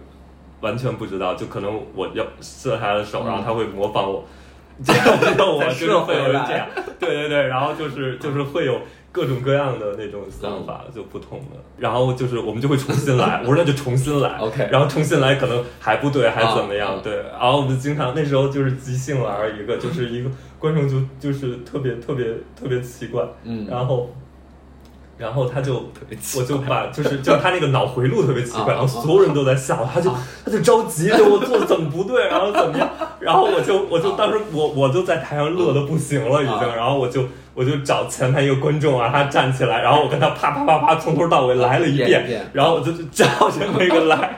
S2: 完全不知道，就可能我要射他的
S1: 嗯
S2: 手，然后他会模 仿我，这样逗我，
S1: 再
S2: 就是
S1: 射
S2: 会有
S1: 回
S2: 人
S1: 来
S2: 这样， 对对对，然后就是就是会有各种各样的那种想法，就不同
S1: 嗯
S2: 的，然后就是我们就会重新 来，我说那就重新来
S1: OK
S2: 然后重新来可能还不对，还怎么
S1: 啊
S2: 样
S1: 啊？
S2: 对，然后我们经常那时候就是即兴玩一个，就是一个观众就就是特别特别特别奇怪，
S1: 嗯
S2: 然后。然后他就
S1: 别，奇
S2: 我就把就是就是他那个脑回路特别奇
S1: 啊啊
S2: 怪，
S1: 啊
S2: 然后所有人都在笑，他就
S1: 啊
S2: 他就着急，就我做得怎么不对，然后怎么样，然后 我就我就当时我我就在台上乐的不行了已经，
S1: 啊
S2: 然后我就我就找前台一个观众啊，他站起来，然后我跟他啪啪啪啪从头到尾来了一
S1: 演一
S2: 遍
S1: 遍，
S2: 然后我就照着那个 来，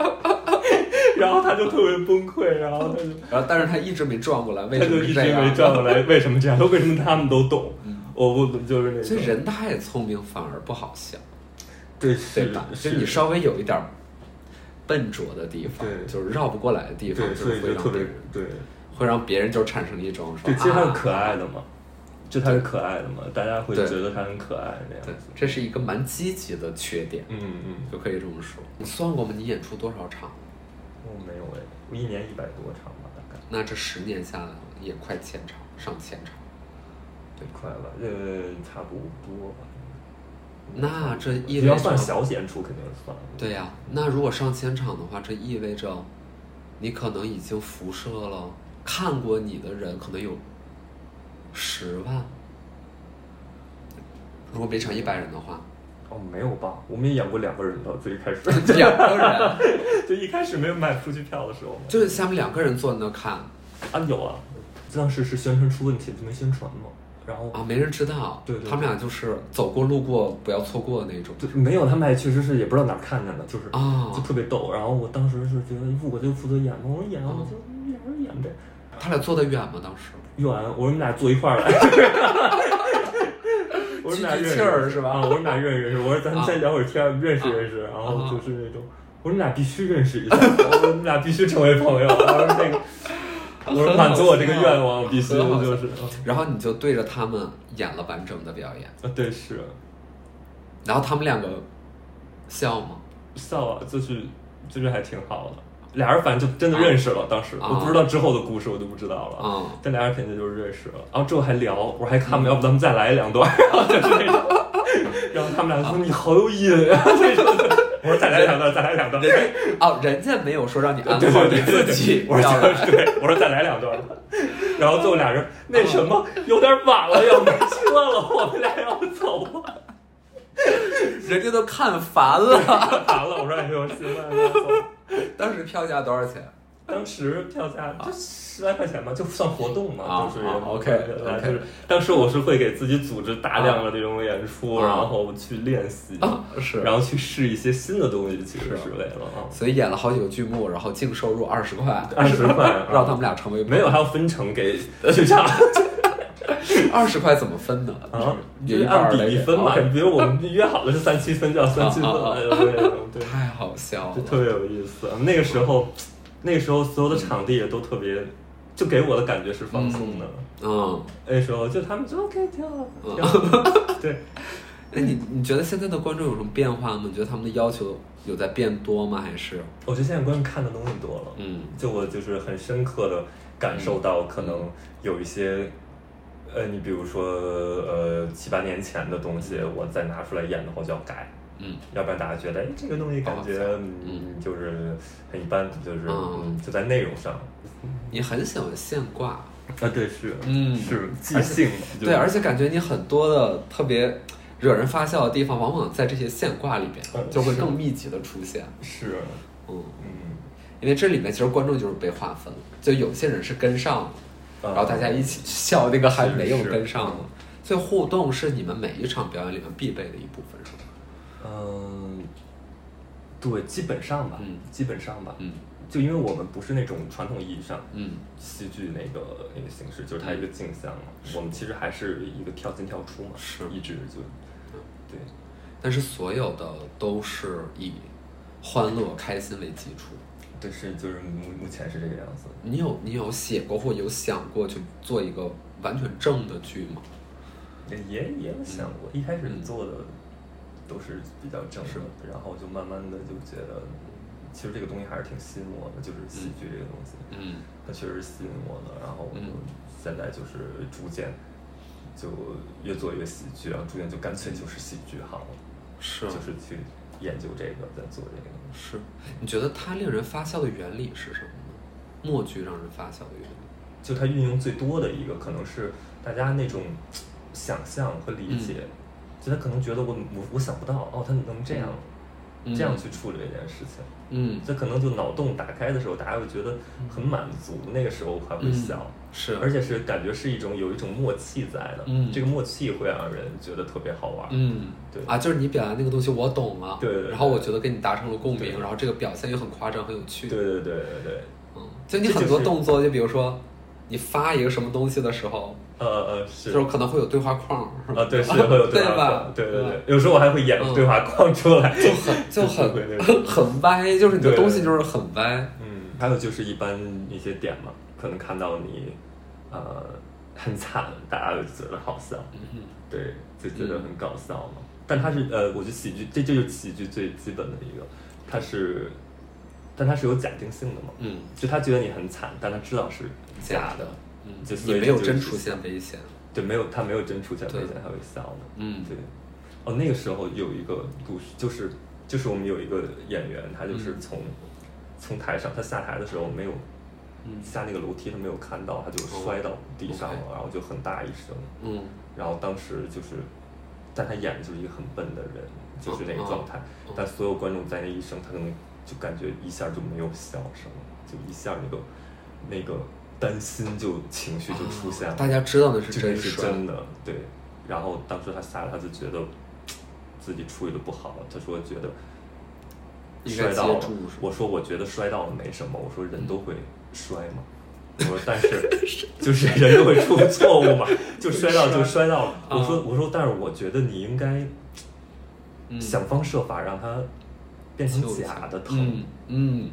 S2: 然后他就特别崩溃，然后他就。
S1: 然后但是他一直没转过来，为
S2: 他
S1: 什
S2: 就
S1: 么
S2: 一
S1: 是
S2: 直
S1: 这样？啊嗯
S2: 没转过来，为什么这样？为什么他们都懂？我不就是那种
S1: 所以人太聪明反而不好笑，
S2: 对
S1: 对
S2: 是
S1: 吧？就是你稍微有一点儿笨拙的地方
S2: 对，
S1: 就是绕不过来的地方，
S2: 对，
S1: 就
S2: 所以
S1: 是会
S2: 就特
S1: 让别
S2: 别
S1: 人
S2: 对
S1: 会让别人就产生一种说
S2: 对，其实它是
S1: 啊
S2: 可爱的嘛，就它是可爱的嘛，大家会觉
S1: 对
S2: 得它很可爱那样
S1: 对
S2: 子。，
S1: 这是一个蛮积极的缺点，
S2: 嗯嗯，
S1: 就可以这么说。你算过吗？你演出多少场？
S2: 我没有哎，我一年一百多场吧，大概
S1: 那这十年下来也快千场，上千场。
S2: 对，快吧，呃，差不多吧。
S1: 那这意味
S2: 你
S1: 着
S2: 要算小演出肯定是算了，
S1: 对呀、那如果上千场的话，这意味着你可能已经辐射了看过你的人可能有十万。如果每场一百人的话，
S2: 哦，没有吧？我们也演过两个人的，最一 开始
S1: 两个人
S2: 就一开始没有买出去票的时候嘛
S1: 就是下面两个人坐在那看
S2: 啊有啊，当时是宣传出问题就没宣传嘛，然后
S1: 啊，没人知道。
S2: 对对对
S1: 他们俩就是走过路过不要错过那种。
S2: 对，没有，他们还确实是也不知道哪儿看见的，就是
S1: 啊
S2: 就特别逗。然后我当时是觉得，我就负责演嘛，我说演啊，我就
S1: 哦
S2: 俩人演呗。
S1: 他俩坐得远吗？当时
S2: 演完，我说你们俩坐一 块儿来。我说你们俩认
S1: 聚聚
S2: 识
S1: 气儿是吧
S2: 啊我说你们俩认识认识，我说咱们再聊会儿天儿，认识
S1: 啊
S2: 认识，然后
S1: 啊
S2: 就是那种，我说你们俩必须认识一下，我说你们俩必须成为朋友，我说 那个，我说满足我这个愿望，必须
S1: 很好笑
S2: 就是，
S1: 然后你就对着他们演了完整的表演，
S2: 啊，对是
S1: 然后他们两个笑吗？
S2: 笑啊，就是就是还挺好的。俩人反正就真的认识了，当时
S1: 啊
S2: 我不知道之后的故事，我就不知道了。
S1: 啊
S2: 但俩人肯定就是认识了，然后之后还聊，我还看，要不咱们再来两段， 然后就是那种，然后他们俩说你好有瘾啊，这种的。我说再来两段，再来两段，对
S1: 哦，人家没有说让你安
S2: 对
S1: 好
S2: 对
S1: 你
S2: 对
S1: 自
S2: 对
S1: 己，
S2: 我
S1: 要
S2: 说
S1: 来
S2: 对，我说再来两段，然后最后俩人那什么有点晚了，要没车了，我们俩要走了。
S1: 人家都看烦了。
S2: 完了，我说哎呦，行了，要走了。
S1: 当时票价多少钱？
S2: 当时票价就十来块钱吧，就算活动嘛，
S1: 啊
S2: 就是、
S1: 啊，OK，OK
S2: 就是当时我是会给自己组织大量的这种演出，
S1: 啊
S2: 然后去练习，
S1: 啊是
S2: 然后去试一些新的东西，其实
S1: 是
S2: 是为了啊，
S1: 所以演了好几个剧目，然后净收入二十块，
S2: 二十块，啊
S1: 让他们俩成为
S2: 没有还要分成给剧场
S1: 二十块怎么分呢？
S2: 啊，
S1: 就
S2: 就是是
S1: 一半儿
S2: 按比
S1: 来
S2: 例
S1: 给
S2: 分嘛，
S1: OK
S2: 比如我们约好了是三七分，就要三七分，
S1: 啊啊啊
S2: 哎呦对对对。
S1: 太好笑
S2: 就
S1: 了。
S2: 特别有意思。那个时候，那个时候所有的场地也都特别，就给我的感觉是放松的。
S1: 嗯，
S2: 那时候就他们就 OK 挺好，挺好。对，
S1: 哎，你你觉得现在的观众有什么变化吗？你觉得他们的要求有在变多吗？还是
S2: 我觉得现在观众看的东西多了，
S1: 嗯
S2: 就我就是很深刻的感受到，可能有一些，呃，你比如说呃七八年前的东西，我再拿出来演的话，我就要改，
S1: 嗯
S2: 要不然大家觉得，哎，这个东西感觉
S1: 不好看
S2: 嗯就是很一般，就是
S1: 哦嗯
S2: 嗯就在内容上，
S1: 你很喜欢现挂？
S2: 啊对是，
S1: 嗯
S2: 是即兴，就
S1: 对，而且感觉你很多的特别惹人发笑的地方，往往在这些现挂里边
S2: 嗯
S1: 就会
S2: 是
S1: 更密集的出现。
S2: 是
S1: 嗯，
S2: 嗯，
S1: 因为这里面其实观众就是被划分了，就有些人是跟上了，然后大家一起去笑那个还没有跟上了。所以互动是你们每一场表演里面必备的一部分，是吗？
S2: 嗯，对，基本上吧，
S1: 嗯
S2: 基本上吧，
S1: 嗯
S2: 就因为我们不是那种传统意义上
S1: 嗯
S2: 戏剧那个那个形式，就是它一个镜像嘛，我们其实还是一个跳进跳出嘛，
S1: 是
S2: 一直就对，
S1: 但是所有的都是以欢乐、开心为基础。
S2: 但是就是目目前是这个样子，
S1: 你有你有写过或有想过去做一个完全正的剧吗？
S2: 也也也有想过，一开始做的都是比较正
S1: 是
S2: 的，然后就慢慢的就觉得，其实这个东西还是挺吸引我的，就是戏剧这个东西，
S1: 嗯
S2: 它确实吸引我了，然后我就
S1: 嗯
S2: 现在就是逐渐就越做越喜剧，然后逐渐就干脆就是喜剧好了，，
S1: 是
S2: 就是去研究这个，再做这个。
S1: 是。你觉得它令人发笑的原理是什么呢？默剧让人发笑的原理。
S2: 就它运用最多的一个，可能是大家那种想象和
S1: 嗯
S2: 理解，就他可能觉得我我我想不到哦，他能这样、
S1: 嗯
S2: 这样去处理这件事情，
S1: 嗯，
S2: 这可能就脑洞打开的时候，大家会觉得很满足，那个时候
S1: 嗯
S2: 还会笑。
S1: 是，
S2: 而且是感觉是一种有一种默契在的，
S1: 嗯
S2: 这个默契会让人觉得特别好玩，
S1: 嗯，
S2: 对
S1: 啊，就是你表达那个东西我懂了，
S2: 对对对
S1: 然后我觉得跟你达成了共鸣，
S2: 对
S1: 然后这个表现又很夸张，很有趣。
S2: 对对对对对，
S1: 嗯，就你很
S2: 这就
S1: 多
S2: 是
S1: 动作，就比如说你发一个什么东西的时候，
S2: 呃呃是
S1: 就是可能会有对话框，是吧
S2: 啊对是会有对
S1: 对
S2: 话
S1: 吧
S2: 框， 对对
S1: 嗯
S2: 对，有时候我还会演
S1: 嗯
S2: 对话框出来，
S1: 就很就
S2: 对对
S1: 很
S2: 对
S1: 很歪，就是你的
S2: 对
S1: 东西就是很歪。
S2: 嗯，还有就是一般一些点嘛，可能看到你，呃，很惨，大家就觉得好笑，
S1: 嗯
S2: 对，就觉得很搞笑嘛。但它是呃，我觉得喜剧，这这就是喜剧最基本的一个，它是，但它是有假定性的嘛，
S1: 嗯
S2: 就他觉得你很惨，但他知道是假
S1: 假
S2: 的，
S1: 嗯，
S2: 就所
S1: 你
S2: 以
S1: 没有
S2: 就是
S1: 真出现危险。
S2: 对，没有他没有真出现危
S1: 对
S2: 险，他会笑的，
S1: 嗯
S2: 对。哦，那个时候有一个故事，就是就是我们有一个演员，他就是
S1: 嗯
S2: 从、从台上，他下台的时候没有
S1: 嗯哦
S2: 下那个楼梯，他没有看到，他就摔到地上了，然后就很大一声。
S1: 嗯
S2: 然后当时就是，但他演的就是一个很笨的人，就是那个状态。
S1: 哦
S2: 但所有观众在那一声，他可能就感觉一下就没有笑声，就一下那个那个担心就情绪就出现了。
S1: 大家知道那是
S2: 这个
S1: 真
S2: 是
S1: 事，
S2: 真的，对。然后当时他下来，他就觉得自己处理的不好，他说觉得
S1: 应该
S2: 摔
S1: 接
S2: 到了
S1: 住是吧。嗯
S2: 我说我觉得摔到了没什么，我说人都会摔嘛。我说但是就是人都会出错误嘛，就摔到就摔到了。我说我说但是我觉得你应该
S1: 嗯
S2: 想方设法让它变成假的疼，
S1: 嗯嗯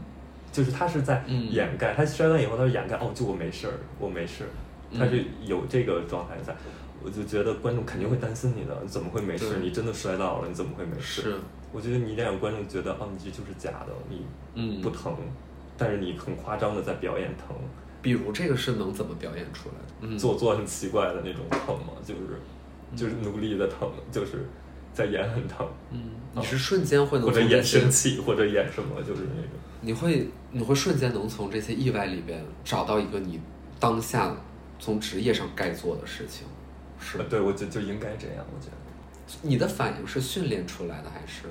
S2: 就是他是在
S1: 嗯
S2: 掩盖，他摔完以后他是掩盖，哦，就我没事儿，我没事儿，
S1: 嗯
S2: 他是有这个状态在。我就觉得观众肯定会担心你的，你怎么会没事？
S1: 对
S2: 你真的摔到了，你怎么会没事？
S1: 是
S2: 我觉得你得让观众觉得，哦，你这就是假的，你
S1: 嗯
S2: 不疼，但是你很夸张的在表演疼，
S1: 比如这个是能怎么表演出来的？嗯，
S2: 做做很奇怪的那种疼嘛，就是就是努力的疼，就是在演很疼，
S1: 嗯，你是瞬间会能
S2: 或者
S1: 从这
S2: 演
S1: 些
S2: 生气，或者演什么，就是那种。
S1: 你会你会瞬间能从这些意外里边找到一个你当下从职业上该做的事情，是
S2: 呃对，我就就应该这样，我觉得。
S1: 你的反应是训练出来的，还是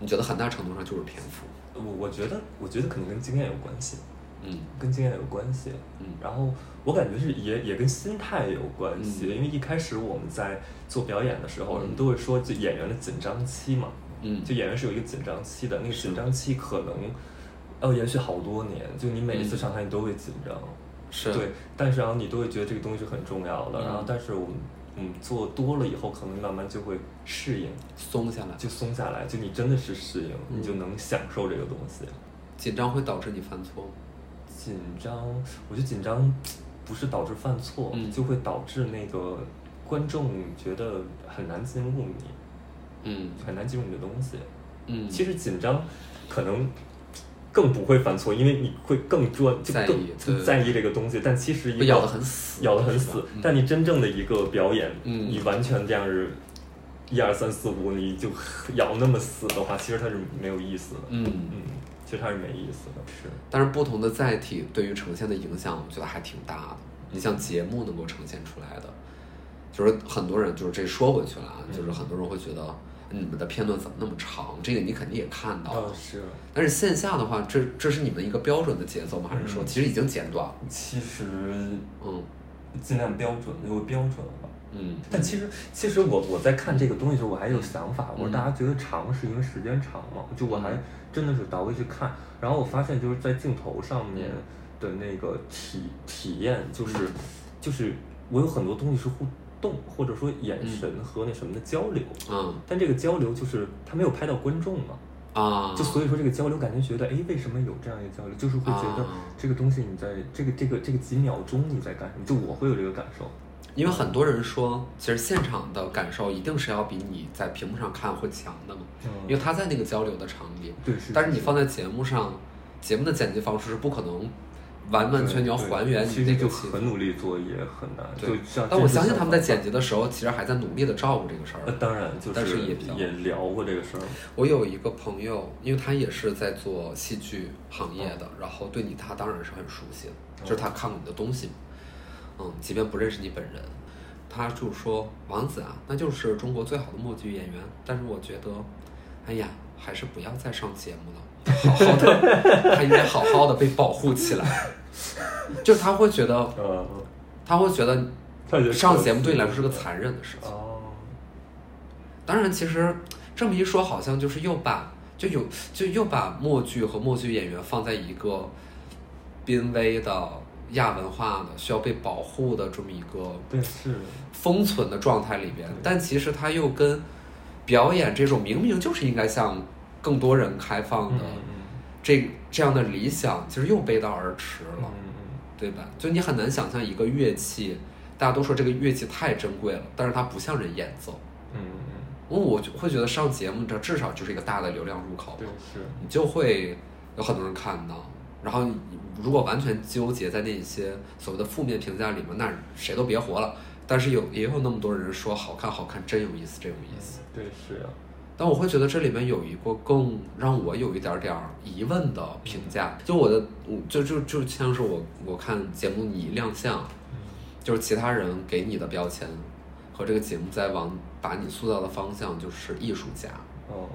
S1: 你觉得很大程度上就是天赋？
S2: 我我觉得，我觉得可能跟经验有关系，
S1: 嗯
S2: 跟经验有关系。
S1: 嗯
S2: 然后我感觉是也也跟心态有关系，
S1: 嗯
S2: 因为一开始我们在做表演的时候，
S1: 嗯
S2: 人们都会说就演员的紧张期嘛，
S1: 嗯
S2: 就演员是有一个紧张期的，那个
S1: 是
S2: 紧张期可能要延续好多年，就你每一
S1: 嗯
S2: 次上台你都会紧张，
S1: 是
S2: 对，但是然后你都会觉得这个东西是很重要的，
S1: 嗯
S2: 然后但是我们嗯做多了以后，可能慢慢就会适应，
S1: 松下来，
S2: 就松下来，就你真的是适应，
S1: 嗯
S2: 你就能享受这个东西。
S1: 紧张会导致你犯错吗。
S2: 紧张，我觉得紧张不是导致犯错，
S1: 嗯
S2: 就会导致那个观众觉得很难进入你，
S1: 嗯
S2: 很难进入你的东西。
S1: 嗯，
S2: 其实紧张可能更不会犯错，因为你会更专，就
S1: 在意
S2: 更
S1: 对
S2: 更在意这个东西。但其实
S1: 被
S2: 一个
S1: 咬得很死，
S2: 咬得很
S1: 是
S2: 死
S1: 吧嗯，
S2: 但你真正的一个表演，
S1: 嗯
S2: 你完全这样是，一二三四五，你就咬那么死的话，其实它是没有意思的。
S1: 嗯。
S2: 嗯，其实它是没意思的。是，
S1: 但是不同的载体对于呈现的影响，我觉得还挺大的。你像节目能够呈现出来的，就是很多人就是这说回去了啊，就是很多人会觉得你们的片段怎么那么长？这个你肯定也看到了。
S2: 是。
S1: 哦但是线下的话，这这是你们一个标准的节奏吗？还是说
S2: 嗯
S1: 其实已经剪短了？
S2: 其实
S1: 嗯
S2: 尽量标准，有标准了吧。
S1: 嗯
S2: 但其实，其实我我在看这个东西的时候，我还有想法。我说
S1: 嗯
S2: 大家觉得长是因为时间长嘛？就我还真的是倒回去看，然后我发现就是在镜头上面的那个体体验，就是就是我有很多东西是互动，或者说眼神和那什么的交流。
S1: 嗯
S2: 但这个交流就是他没有拍到观众嘛，
S1: 啊，
S2: 就所以说这个交流感觉觉得，哎，为什么有这样一个交流？就是会觉得
S1: 啊
S2: 这个东西你在这个这个这个几秒钟你在干什么？就我会有这个感受。
S1: 因为很多人说，其实现场的感受一定是要比你在屏幕上看会强的嘛，因为
S2: 嗯，
S1: 他在那个交流的场里，
S2: 对，是。
S1: 但是你放在节目上，节目的剪辑方式是不可能完完全全要
S2: 对
S1: 还原
S2: 其
S1: 你
S2: 实
S1: 那
S2: 就
S1: 个气氛
S2: 很。努力做也很难，就
S1: 对
S2: 像。
S1: 但我相信他们在
S2: 剪
S1: 剪辑的时候，其实还在努力的照顾这个事
S2: 呃，
S1: 儿。
S2: 当然就
S1: 但是也
S2: 也
S1: 比较
S2: 聊过这个事儿，
S1: 我有一个朋友，因为他也是在做戏剧行业的，然后对你他当然是很熟悉的，就是他看过你的东西嘛。嗯，即便不认识你本人，他就说王子啊，那就是中国最好的默剧演员。但是我觉得，哎呀，还是不要再上节目了，好好的，他应该好好的被保护起来。 就是他会觉得，
S2: 呃，
S1: 他会觉得
S2: 他觉得
S1: 上节目对你来说是个残忍的事情。
S2: 哦，
S1: 当然，其实这么一说，好像就是又把就有就又把默剧和默剧演员放在一个濒危的亚文化的需要被保护的这么一个
S2: 对，是，
S1: 封存的状态里边，但其实它又跟表演这种明明就是应该向更多人开放
S2: 嗯
S1: 的
S2: 嗯
S1: 这这样的理想，其实又背道而驰了。
S2: 嗯
S1: 对吧？就你很难想象一个乐器，大家都说这个乐器太珍贵了，但是它不像人演奏。
S2: 嗯嗯，
S1: 因为我就会觉得上节目，这至少就是一个大的流量入口
S2: 嗯对
S1: 嘛，，
S2: 是，
S1: 你就会有很多人看到。然后你如果完全纠结在那一些所谓的负面评价里面，那谁都别活了。但是有也有那么多人说好看，好看，真有意思，真有意思。
S2: 对是啊，
S1: 但我会觉得这里面有一个更让我有一点点儿疑问的评价，就我的，我就就就像是我我看节目你亮相，就是其他人给你的标签和这个节目在往把你塑造的方向就是艺术家。
S2: 哦，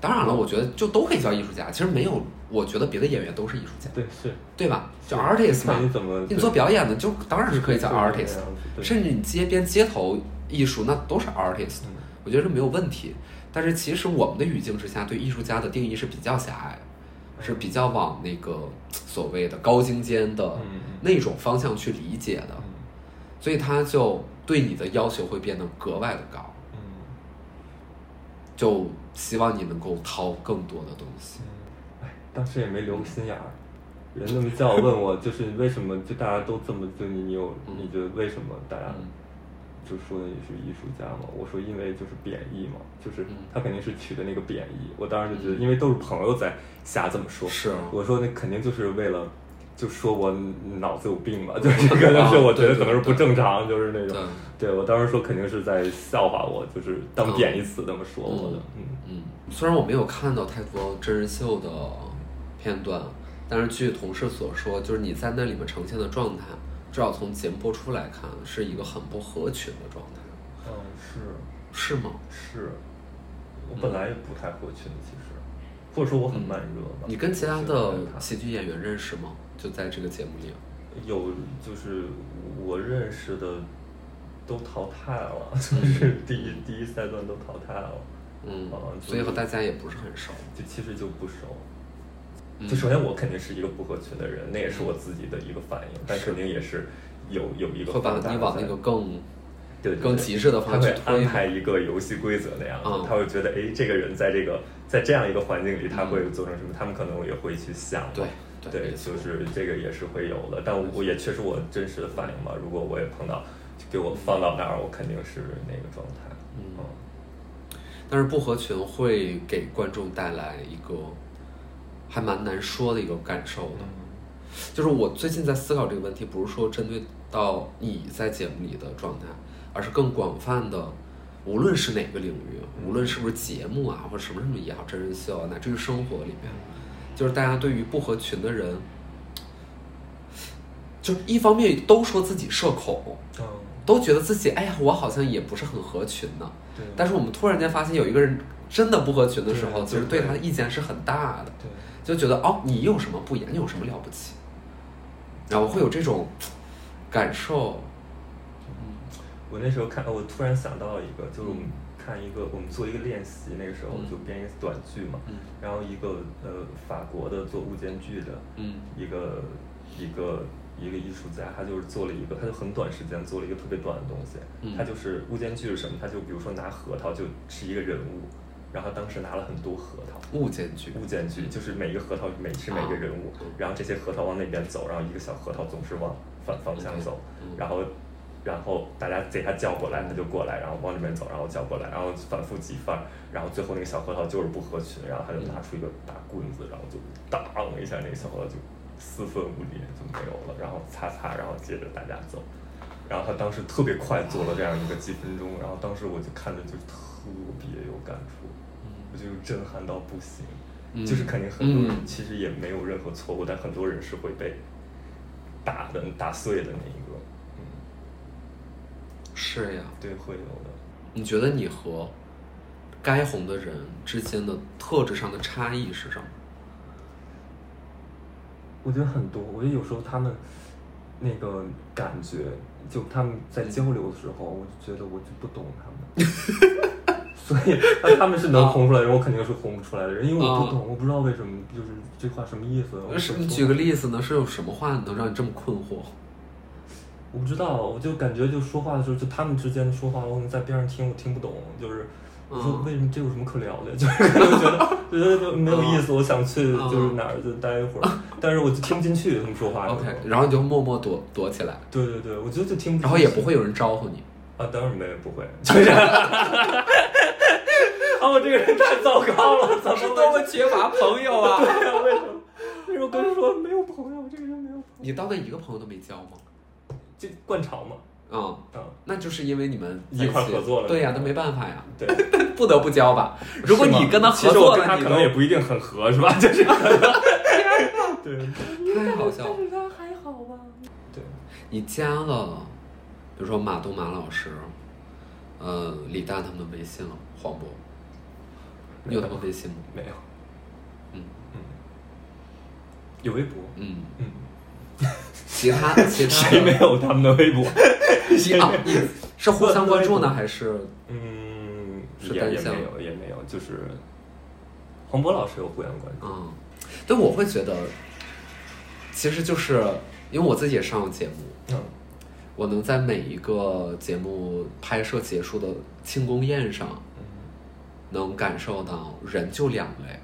S1: 当然了，我觉得就都可以叫艺术家，其实没有，我觉得别的演员都是艺术家，
S2: 对是，
S1: 对吧？就是 artist
S2: 看你
S1: 嘛，
S2: 怎么，
S1: 你做表演的就当然是可以叫 artist，
S2: 是，
S1: 甚至你街边街头艺术那都是 artist。
S2: 嗯
S1: 我觉得这没有问题。但是其实我们的语境之下，对艺术家的定义是比较狭隘，是比较往那个所谓的高精尖的
S2: 嗯嗯
S1: 那种方向去理解的，所以他就对你的要求会变得格外的高。
S2: 嗯
S1: 就希望你能够掏更多的东西。
S2: 哎，当时也没留个心眼儿。人那么叫我问我，就是为什么就大家都这么对你，你有你觉得为什么大家
S1: 嗯
S2: 就说你是艺术家嘛，我说因为就是贬义嘛，就是
S1: 嗯
S2: 他肯定是取的那个贬义，我当时就觉得，因为都是朋友在瞎这么说，
S1: 是啊
S2: 我说那肯定就是为了。就说我脑子有病吧，就是这个，
S1: 哦
S2: 就是我觉得可能是不正常，就是那种
S1: 对。
S2: 对我当时说肯定是在笑话我，就是当贬义词这么说我的。嗯，
S1: 嗯，虽然我没有看到太多真人秀的片段，但是据同事所说，就是你在那里面呈现的状态，至少从节目播出来看，是一个很不合群的状态，
S2: 嗯，是。
S1: 哦是吗？
S2: 是，啊我
S1: 嗯
S2: 本来也不太合群，其实，或者说我很慢热吧。
S1: 你跟其他
S2: 就
S1: 的
S2: 是看
S1: 喜剧演员认识吗？就在这个节目里。
S2: 有就是我认识的都淘汰了， 就是第一第一赛段都淘汰了，
S1: 嗯
S2: 哦，就
S1: 所以和大家也不是很熟。
S2: 就其实就不熟。
S1: 嗯
S2: 就首先我肯定是一个不合群的人，那也是我自己的一个反应，但
S1: 是
S2: 肯定也是有有一个
S1: 会把
S2: 放大
S1: 你往
S2: 在
S1: 那个更
S2: 对对
S1: 更
S2: 对
S1: 极致的
S2: 他
S1: 方
S2: 会
S1: 向去推
S2: 安
S1: 吗。
S2: 排一个游戏规则那样，
S1: 嗯
S2: 他会觉得，哎，这个人在这个在这样一个环境里，他会做成什么？他们可能也会去想嘛，
S1: 对对
S2: 对，
S1: 没错
S2: 就是这个也是会有的。但我也确实我真实的反应嘛，如果我也碰到，就给我放到那儿，我肯定是那个状态。
S1: 嗯
S2: 嗯，
S1: 但是不合群会给观众带来一个还蛮难说的一个感受
S2: 嗯
S1: 的。就是我最近在思考这个问题，不是说针对到你在节目里的状态，而是更广泛的，无论是哪个领域，无论是不是节目啊，或者什么什么也好，真人秀啊，乃至于生活里面，就是大家对于不合群的人，就是一方面都说自己社恐，
S2: 嗯，
S1: 都觉得自己哎呀，我好像也不是很合群呢、
S2: 对，
S1: 但是我们突然间发现有一个人真的不合群的时候，
S2: 对
S1: 其实对他的意见是很大的，
S2: 对，
S1: 就觉得哦，你有什么不一样？你有什么了不起？然后会有这种感受，
S5: 我那时候看，哦我突然想到一个，就是我们看一个，我们做一个练习，那个时候
S1: 嗯
S5: 就编一个短剧嘛，
S1: 嗯
S5: 然后一个呃法国的做物件剧的
S1: 嗯
S5: 一个一个一个艺术家，他就是做了一个，他就很短时间做了一个特别短的东西，
S1: 嗯
S5: 他就是物件剧是什么？他就比如说拿核桃就是一个人物，然后他当时拿了很多核桃。
S1: 物件剧，
S5: 物件剧就是每一个核桃每是每个人物，然后这些核桃往那边走，然后一个小核桃总是往反方向走，
S1: 嗯
S5: 然后然后大家给它叫过来，它就过来，然后往里面走，然后叫过来，然后反复几番，然后最后那个小核桃就是不合群，然后他就拿出一个大棍子，然后就当一下，那个小核桃就四分五裂就没有了，然后擦擦，然后接着大家走，然后他当时特别快做了这样一个几分钟，然后当时我就看着就特别有感触，我就震撼到不行。
S1: 嗯
S5: 就是肯定很多人
S1: 嗯
S5: 其实也没有任何错误，但很多人是会被打的、打碎的那一个。嗯，
S1: 是呀。
S5: 对，会有的。
S1: 你觉得你和该红的人之间的特质上的差异是什么？
S2: 我觉得很多，我觉得有时候他们那个感觉，就他们在交流的时候，我就觉得我就不懂他们。 所以，那他们是
S1: 啊
S2: 能红出来的人，我肯定是红不出来的人，因为我不懂，我不知道为什么，就是这话什么意思。我
S1: 是
S2: 不懂
S1: 举个例子呢？是有什么话能让你这么困惑？
S2: 我不知道，我就感觉就说话的时候，就他们之间说话，我可能在边上听，我听不懂，就是。我说
S1: 嗯
S2: 为什么这有什么可聊的？ 就是可能觉得觉得就没有意思，我想去
S1: 嗯
S2: 就是哪儿就待一会 儿，但是我就听不进去他们说话。
S1: OK，然后你就默默躲躲起来，
S2: 对对对，我觉得就听不进去。
S1: 然后也不会有人招呼你。
S5: 啊，当然没有不 会，
S2: 啊，我这个人太糟糕了，怎么都
S1: 么缺乏朋友 啊！
S2: 对呀、为什么？为什么跟人说没有朋友？我这个人没有朋友，
S1: 你到那一个朋友都没交吗？
S2: 就惯常嘛。
S1: 嗯，
S2: 啊，
S1: 那就是因为你们
S5: 一块儿合作了
S1: 对呀、那没办法呀，
S5: 对。
S1: 不得不交吧。如果
S5: 是吗
S1: 你跟他
S5: 其
S1: 合
S5: 实我
S1: 作
S5: 跟
S1: 了，
S5: 他
S1: 你
S5: 可能也
S1: 都
S5: 不一定很合，是 吧？就是
S2: 对
S1: 太好笑了。
S6: 他还好吧？
S2: 对，
S1: 你加了，比如说马东马老师，呃，李诞他们的微信了，黄渤，你有他们微信吗？
S2: 没有。
S1: 嗯
S2: 嗯，有微博。
S1: 嗯，
S2: 嗯，
S1: 其他其他
S2: 谁没有他们的微博？
S1: 有？啊，你是互相关注呢，还是
S2: 嗯，
S1: 是
S2: 也
S1: 单
S2: 也
S1: 向
S2: 没有，也没有，就是黄渤老师有互相关注。
S1: 嗯，对，我会觉得，其实就是因为我自己也上过节目，
S2: 嗯
S1: 我能在每一个节目拍摄结束的庆功宴上，
S2: 嗯，
S1: 能感受到人就两类，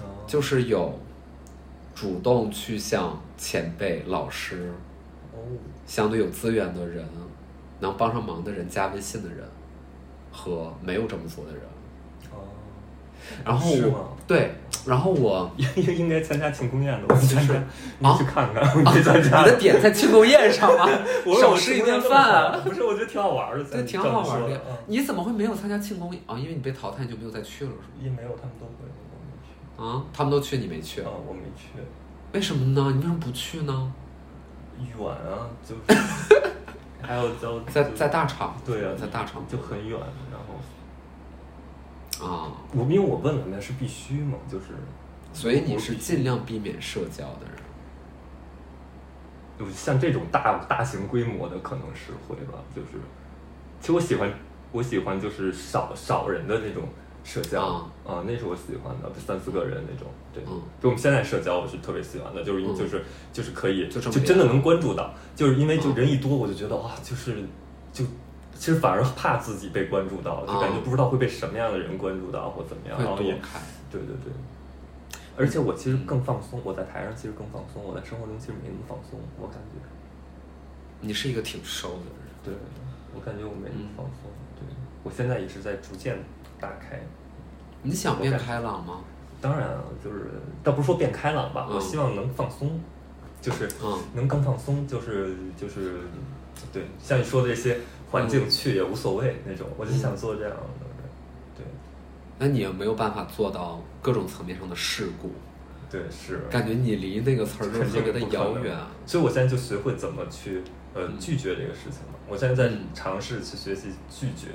S2: 哦
S1: 就是有主动去向前辈、老师、
S2: 哦，
S1: 相对有资源的人、能帮上忙的人加微信的人，和没有这么做的人。
S2: 哦，
S1: 然后
S2: 是
S1: 我
S2: 吗
S1: 对，然后我
S2: 应应应该参加庆功宴的，我没参加，你
S1: 啊
S2: 去看看，我没参
S1: 你
S2: 加。
S1: 的点在庆功宴上吗？
S2: 我说
S1: 少
S2: 我
S1: 吃一
S2: 吃不
S1: 顿
S2: 了这么
S1: 饭
S2: 好
S1: 啊。
S2: 不是，我觉得挺好玩的，
S1: 对，
S2: 咱
S1: 挺
S2: 这
S1: 好
S2: 么
S1: 玩
S2: 说
S1: 的呀。
S2: 的嗯
S1: 你怎么会没有参加庆功宴啊？因为你被淘汰，你就没有再去了，是
S2: 嗯也没有，他们都会，我没去。
S1: 吗？啊，他们都去，你没去
S2: 啊，，我没去，
S1: 为什么呢？你为什么不去呢？
S2: 远啊，就是， 还有 就
S1: 在
S2: 就
S1: 在大厂，
S2: 对啊，
S1: 在大厂
S2: 就很远。然后
S1: 啊，
S2: 我因为我问了，那是必须嘛，就是，
S1: 所以你是尽量避免社交的人。
S2: 就像这种大大型规模的，可能是会吧，就是，其实我喜欢，我喜欢就是少少人的那种社交
S1: 啊
S2: 啊，那是我喜欢的，三四个人那种，对。
S1: 嗯，
S2: 就我们现在社交，我是特别喜欢的，就是、
S1: 嗯
S2: 就是就是可以
S1: 就
S2: 就
S1: 这么
S2: 真的
S1: 聊
S2: 能关注到，就是因为就
S1: 嗯
S2: 人一多，我就觉得哇，就是就其实反而怕自己被关注到，就感觉
S1: 啊
S2: 不知道会被什么样的人关注到或怎么样，
S1: 会
S2: 然后
S1: 躲
S2: 也
S1: 开。
S2: 对对对。而且我其实更放松，我在台上其实更放松，我在生活中其实没那么放松，我感觉。
S1: 你是一个挺瘦的人，
S2: 对，我感觉我没
S1: 嗯
S2: 那么放松。对我现在也是在逐渐打开。
S1: 你想变开朗吗？
S2: 当然啊，就是倒不是说变开朗吧，
S1: 嗯
S2: 我希望能放松，就是
S1: 嗯
S2: 能更放松，就是就是对，像你说的这些环境去也无所谓
S1: 嗯
S2: 那种，我就想做这样的。对
S1: 那你也没有办法做到各种层面上的世故，
S2: 对是，
S1: 感觉你离那个词儿就特别的遥远。啊
S2: 所以我现在就学会怎么去呃拒绝这个事情了。我现在在
S1: 嗯
S2: 尝试去学习拒绝，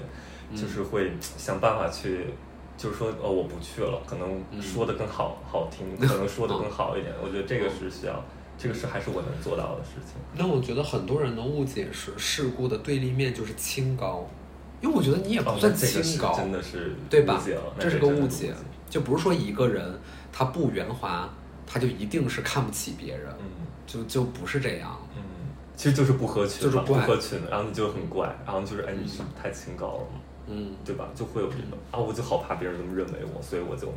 S1: 嗯
S2: 就是会想办法去，就是说哦我不去了，可能说的更好、好 听，可能说的更好一
S1: 哦
S2: 点。我觉得这个是需要，这个是还是我能做到的事情。
S1: 那我觉得很多人的误解是事故的对立面就是清高，因为我觉得你也
S2: 哦
S1: 不，
S2: 那
S1: 算
S2: 这个
S1: 清
S2: 是
S1: 高，
S2: 真的是
S1: 对吧
S2: 误解了？那
S1: 这是个
S2: 真的
S1: 误
S2: 误
S1: 解，就不是说一个人他不圆滑，他就一定是看不起别人，
S2: 嗯
S1: 就就不是这样。
S2: 嗯，其实就是不合群
S1: 就
S2: 嘛，
S1: 是
S2: 不
S1: 怪
S2: 合群，然后你就很怪，然后就是哎，你是不是太清高了，
S1: 嗯，
S2: 对吧？就会有这种啊，我就好怕别人这么认为我，所以我就，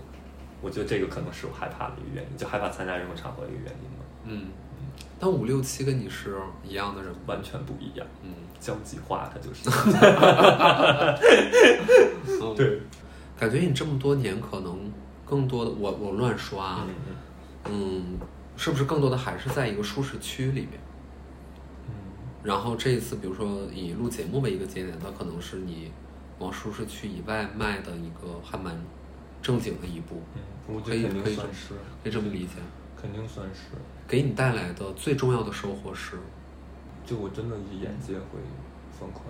S2: 我觉得这个可能是我害怕的一个原因，就害怕参加任何场合的一个原因嘛，
S1: 嗯，但五六七跟你是一样的人吧？
S2: 完全不一样，
S1: 嗯，
S2: 交际化它就是，
S1: 嗯，
S2: 对，
S1: 感觉你这么多年可能更多的，我我乱说啊
S2: 嗯，嗯
S1: 嗯，是不是更多的还是在一个舒适区里面？
S2: 嗯
S1: 然后这一次，比如说以录节目为一个节点，那可能是你往舒适区以外迈的一个还蛮正经的一步，
S2: 嗯，我觉
S1: 可以
S2: 得肯
S1: 可以
S2: 定算是，
S1: 可以这么理解。
S2: 肯定算是，
S1: 给你带来的最重要的收获是，
S2: 就我真的是眼界会放宽，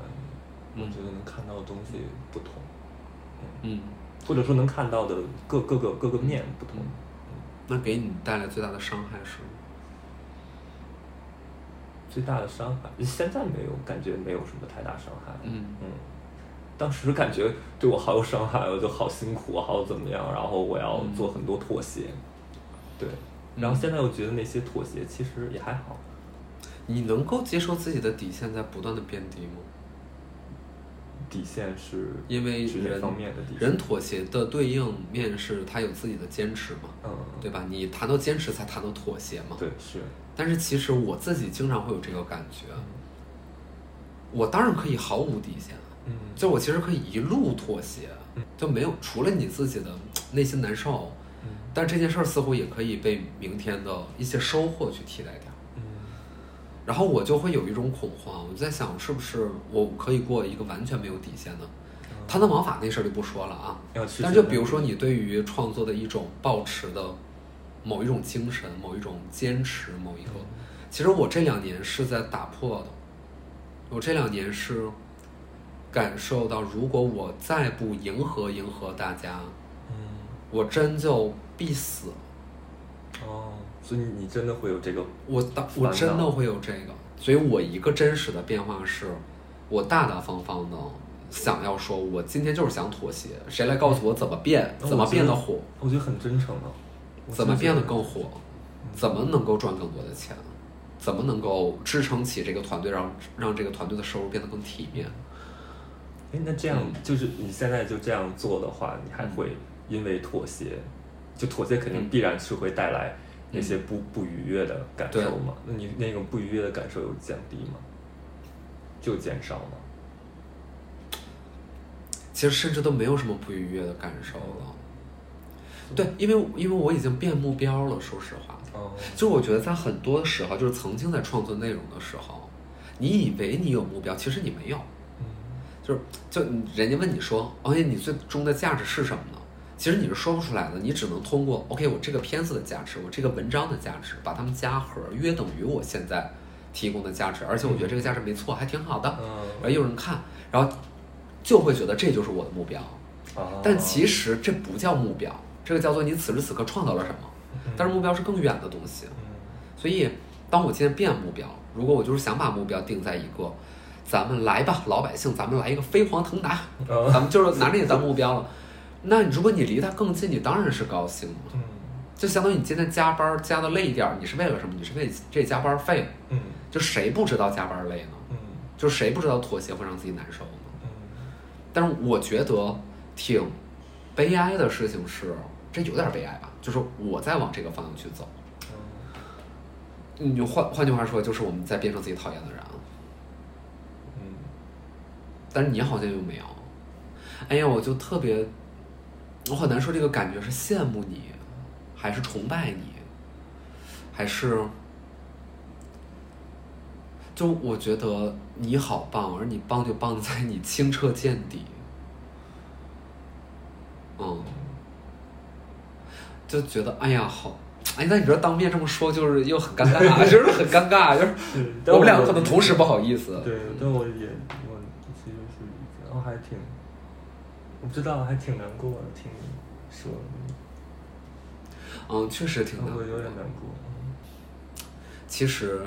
S2: 我觉得能看到的东西不同。
S1: 嗯，
S2: 或者说能看到的各各个各个面不同。
S1: 那给你带来最大的伤害是，
S2: 最大的伤害，现在没有感觉没有什么太大伤害。
S1: 嗯
S2: 嗯，当时感觉对我好有伤害，我就好辛苦，好怎么样，然后我要
S1: 嗯
S2: 做很多妥协。对，然后现在又觉得那些妥协其实也还好。
S1: 你能够接受自己的底线在不断的变低吗？
S2: 底线是
S1: 因为
S2: 是哪
S1: 人
S2: 方面的底线？
S1: 人妥协的对应面是他有自己的坚持嘛，
S2: 嗯，
S1: 对吧？你谈到坚持才谈到妥协嘛。
S2: 对是，
S1: 但是其实我自己经常会有这个感觉，我当然可以毫无底线啊，
S2: 嗯
S1: 就我其实可以一路妥协，啊就没有除了你自己的内心难受，
S2: 嗯
S1: 但这件事儿似乎也可以被明天的一些收获去替代掉。
S2: 嗯
S1: 然后我就会有一种恐慌，我就在想是不是我可以过一个完全没有底线的
S2: 嗯
S1: 贪赃枉法那事儿就不说了啊，
S2: 要去
S1: 但就比如说你对于创作的一种抱持的某一种精神、某一种坚持、某一个，
S2: 嗯
S1: 其实我这两年是在打破的。我这两年是感受到，如果我再不迎合迎合大家，
S2: 嗯。
S1: 我真就必死。
S2: 哦，所以你真的会有这个，
S1: 我当
S2: 烦
S1: 我
S2: 恼
S1: 真的会有这个，所以我一个真实的变化是，我大大方方的想要说，我今天就是想妥协，谁来告诉我怎么变，
S2: 哦
S1: 怎么
S2: 我觉
S1: 变得
S2: 得
S1: 火？
S2: 我觉得很真诚啊。我
S1: 怎么
S2: 真
S1: 变
S2: 觉
S1: 得更火，怎么能够赚更多的钱，怎么能够支撑起这个团队，让让这个团队的收入变得更体面。
S2: 哎，那这样、就是你现在就这样做的话，你还会因为妥协，就妥协肯定必然是会带来那些不、不愉悦的感受嘛？那你那种不愉悦的感受有降低吗？就减少吗？
S1: 其实甚至都没有什么不愉悦的感受了。对，因为因为我已经变目标了，说实话，
S2: 哦，
S1: 就我觉得在很多时候，就是曾经在创作内容的时候，你以为你有目标，其实你没有。
S2: 嗯
S1: 就是就你人家问你说，OK，你最终的价值是什么呢？其实你是说不出来的，你只能通过 OK，我这个片子的价值，我这个文章的价值，把它们加和，约等于我现在提供的价值，而且我觉得这个价值没错，还挺好的，然后
S2: 嗯，
S1: 有人看，然后就会觉得这就是我的目标，
S2: 哦
S1: 但其实这不叫目标，这个叫做你此时此刻创造了什么，
S2: 嗯
S1: 但是目标是更远的东西。所以，当我今天变目标，如果我就是想把目标定在一个，咱们来吧，老百姓，咱们来一个飞黄腾达，
S2: 嗯
S1: 咱们就是拿这个当目标了。那你如果你离它更近，你当然是高兴了。
S2: 嗯
S1: 就相当于你今天加班加的累一点儿，你是为了什么？你是为这加班费。
S2: 嗯
S1: 就谁不知道加班累呢？
S2: 嗯
S1: 就谁不知道妥协会让自己难受呢？
S2: 嗯
S1: 但是我觉得挺悲哀的事情是，这有点悲哀吧，就是我在往这个方向去走。你换换句话说，就是我们在变成自己讨厌的人了。
S2: 嗯嗯，
S1: 但是你好像又没有。哎呀，我就特别，我很难说这个感觉是羡慕你，还是崇拜你，还是，就我觉得你好棒，而你棒就棒在你清澈见底。嗯，就觉得哎呀好，哎，那你说当面这么说就是又很尴尬， 就是很尴尬，就是
S2: 但
S1: 我们俩
S2: 觉
S1: 可
S2: 得
S1: 能同时不好意思。
S2: 对，但我也我其实是理解，然后还挺，我不知道，还挺难过的，听你说，
S1: 嗯，确实挺难过
S2: 我。有点难过。
S1: 其实，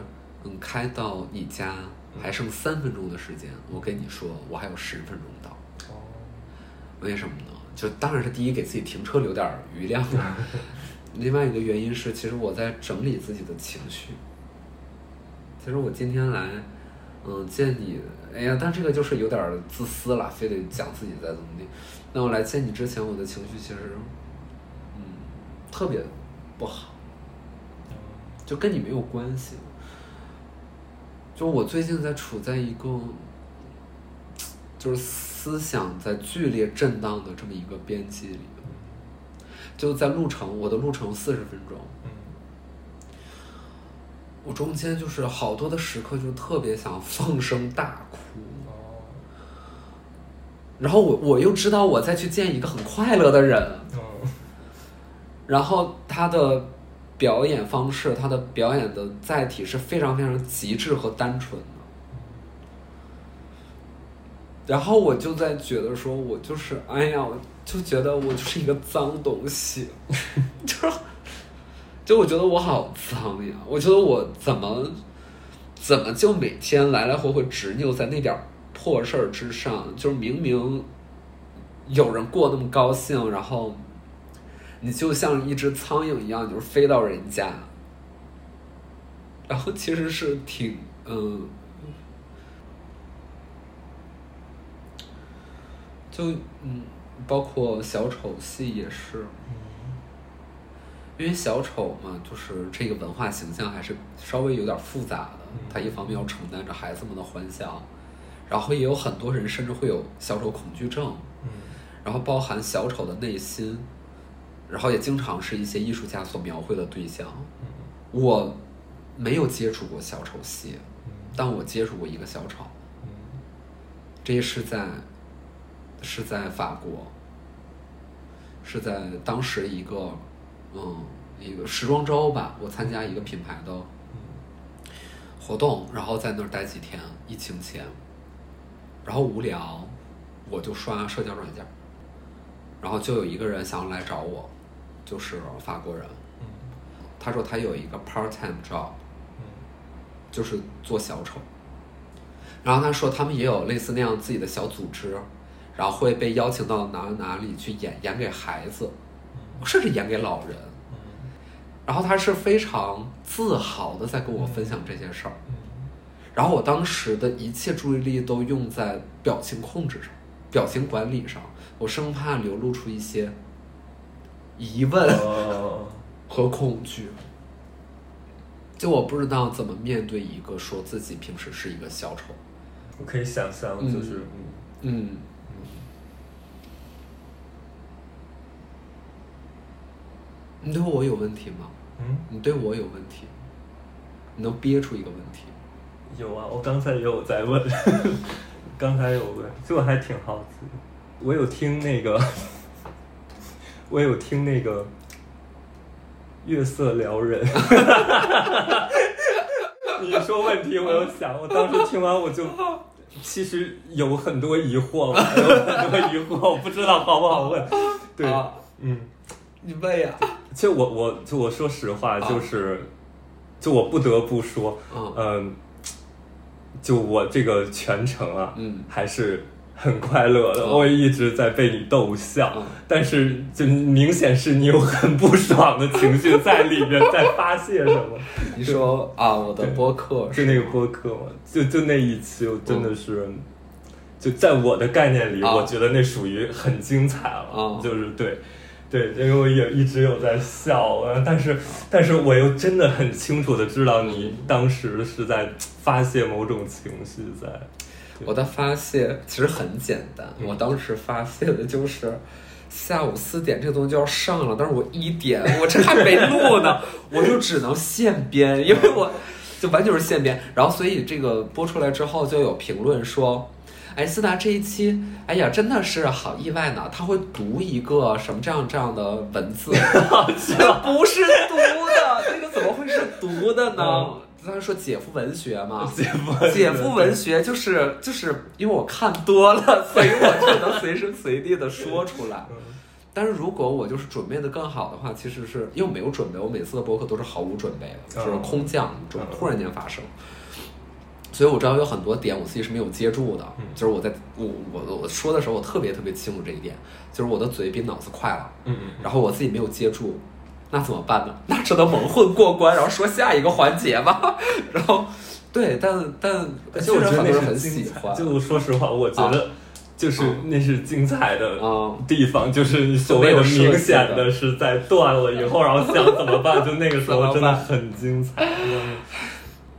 S1: 嗯，开到你家还剩三分钟的时间，我跟你说，我还有十分钟到。
S2: 哦，
S1: 为什么呢？就当然是第一给自己停车留点儿余量，啊另外一个原因是，其实我在整理自己的情绪。其实我今天来，嗯，见你，哎呀，但这个就是有点儿自私了，非得讲自己在怎么地。那我来见你之前，我的情绪其实，嗯，特别不好。就跟你没有关系。就我最近在处在一个，就是思想在剧烈震荡的这么一个边际里，就在路程，我的路程四十分钟，
S2: 嗯
S1: 我中间就是好多的时刻就特别想放声大哭，
S2: 哦
S1: 然后我我又知道我再去见一个很快乐的人，啊
S2: 嗯
S1: 然后他的表演方式，他的表演的载体是非常非常极致和单纯的。然后我就在觉得说，我就是哎呀，我就觉得我就是一个脏东西， 就是就我觉得我好脏呀，我觉得我怎么怎么就每天来来回回执拗在那点儿破事儿之上，就是明明有人过那么高兴，然后你就像一只苍蝇一样，就是飞到人家，然后其实是挺嗯，就嗯，包括小丑戏也是，因为小丑嘛，就是这个文化形象还是稍微有点复杂的，他一方面要承担着孩子们的欢笑，然后也有很多人甚至会有小丑恐惧症，
S2: 嗯
S1: 然后包含小丑的内心，然后也经常是一些艺术家所描绘的对象。我没有接触过小丑戏，但我接触过一个小丑，这是在是在法国，是在当时一个嗯一个时装周吧，我参加一个品牌的活动，然后在那儿待几天，疫情前，然后无聊，我就刷社交软件儿，然后就有一个人想要来找我，就是法国人，他说他有一个 part time job，就是做小丑，然后他说他们也有类似那样自己的小组织，然后会被邀请到哪哪里去演演给孩子，甚至演给老人，
S2: 嗯
S1: 然后他是非常自豪的在跟我分享这些事儿。
S2: 嗯
S1: 然后我当时的一切注意力都用在表情控制上、表情管理上，我生怕流露出一些疑问
S2: 哦
S1: 和恐惧。就我不知道怎么面对一个说自己平时是一个小丑，
S2: 我可以想象，就是
S1: 嗯，你对我有问题吗？
S2: 嗯嗯
S1: 你对我有问题，你能憋出一个问题？
S2: 有啊，我刚才也有在问， 刚才有问，这我还挺好奇的。我有听那个， 我有听那个《月色撩人》。 你说问题，我有想，我当时听完我 就，其实有很多疑惑，我还有很多疑惑，我不知道好不 好问。对，
S1: 啊
S2: 嗯。
S1: 你问呀，
S2: 其实我我就我说实话，
S1: 啊
S2: 就是、就我不得不说，
S1: 嗯
S2: 嗯、就我这个全程啊，
S1: 嗯
S2: 还是很快乐的。
S1: 嗯
S2: 我一直在被你逗笑，
S1: 嗯
S2: 但是就明显是你有很不爽的情绪在里 面，在发泄什么。
S1: 你说啊，我的播客
S2: 就是那个播客嘛，就就那一期，我真的是，就在我的概念里，
S1: 嗯啊
S2: 我觉得那属于很精彩了，
S1: 啊
S2: 就是对。对，因为我也一直有在笑，呃，但
S1: 啊
S2: 是但是我又真的很清楚的知道你当时是在发泄某种情绪在，
S1: 啊我的发泄其实很简单，我当时发泄的就是 下午四点这个东西就要上了，但是我一点 我这还没录呢， 我就只能现编，因为我就完全是现编。然后所以这个播出来之后就有评论说。哎，思达这一期，哎呀，真的是好意外呢！他会读一个什么这样这样的文字，这不是读的，这个怎么会是读的呢
S2: 嗯？
S1: 他说姐夫文学 嘛，
S2: 姐夫
S1: 姐夫文学就是就是因为我看多了， 所以我就能随时随地的说出来。
S2: 嗯
S1: 但是如果我就是准备的更好的话，其实是因为我没有准备，我每次的播客都是毫无准备的，
S2: 嗯
S1: 就是空降，就
S2: 嗯
S1: 突然间发生。所以我知道有很多点我自己是没有接住的，就是我在我我我说的时候，我特别特别清楚这一点，就是我的嘴比脑子快了，
S2: 嗯嗯，
S1: 然后我自己没有接住，那怎么办呢？ 那只能蒙混过关，然后说下一个环节吧。 然后，对，但但
S2: 而且
S1: 确
S2: 我
S1: 嗯实呃
S2: 觉
S1: 很多
S2: 得那
S1: 人
S2: 是
S1: 很
S2: 精
S1: 喜
S2: 彩，
S1: 欢，
S2: 就说实话，我觉得就是那是精彩的
S1: 啊
S2: 地方，就是你所谓的明显的是在断了以后，然后想怎么办，就那个时候真的很精彩。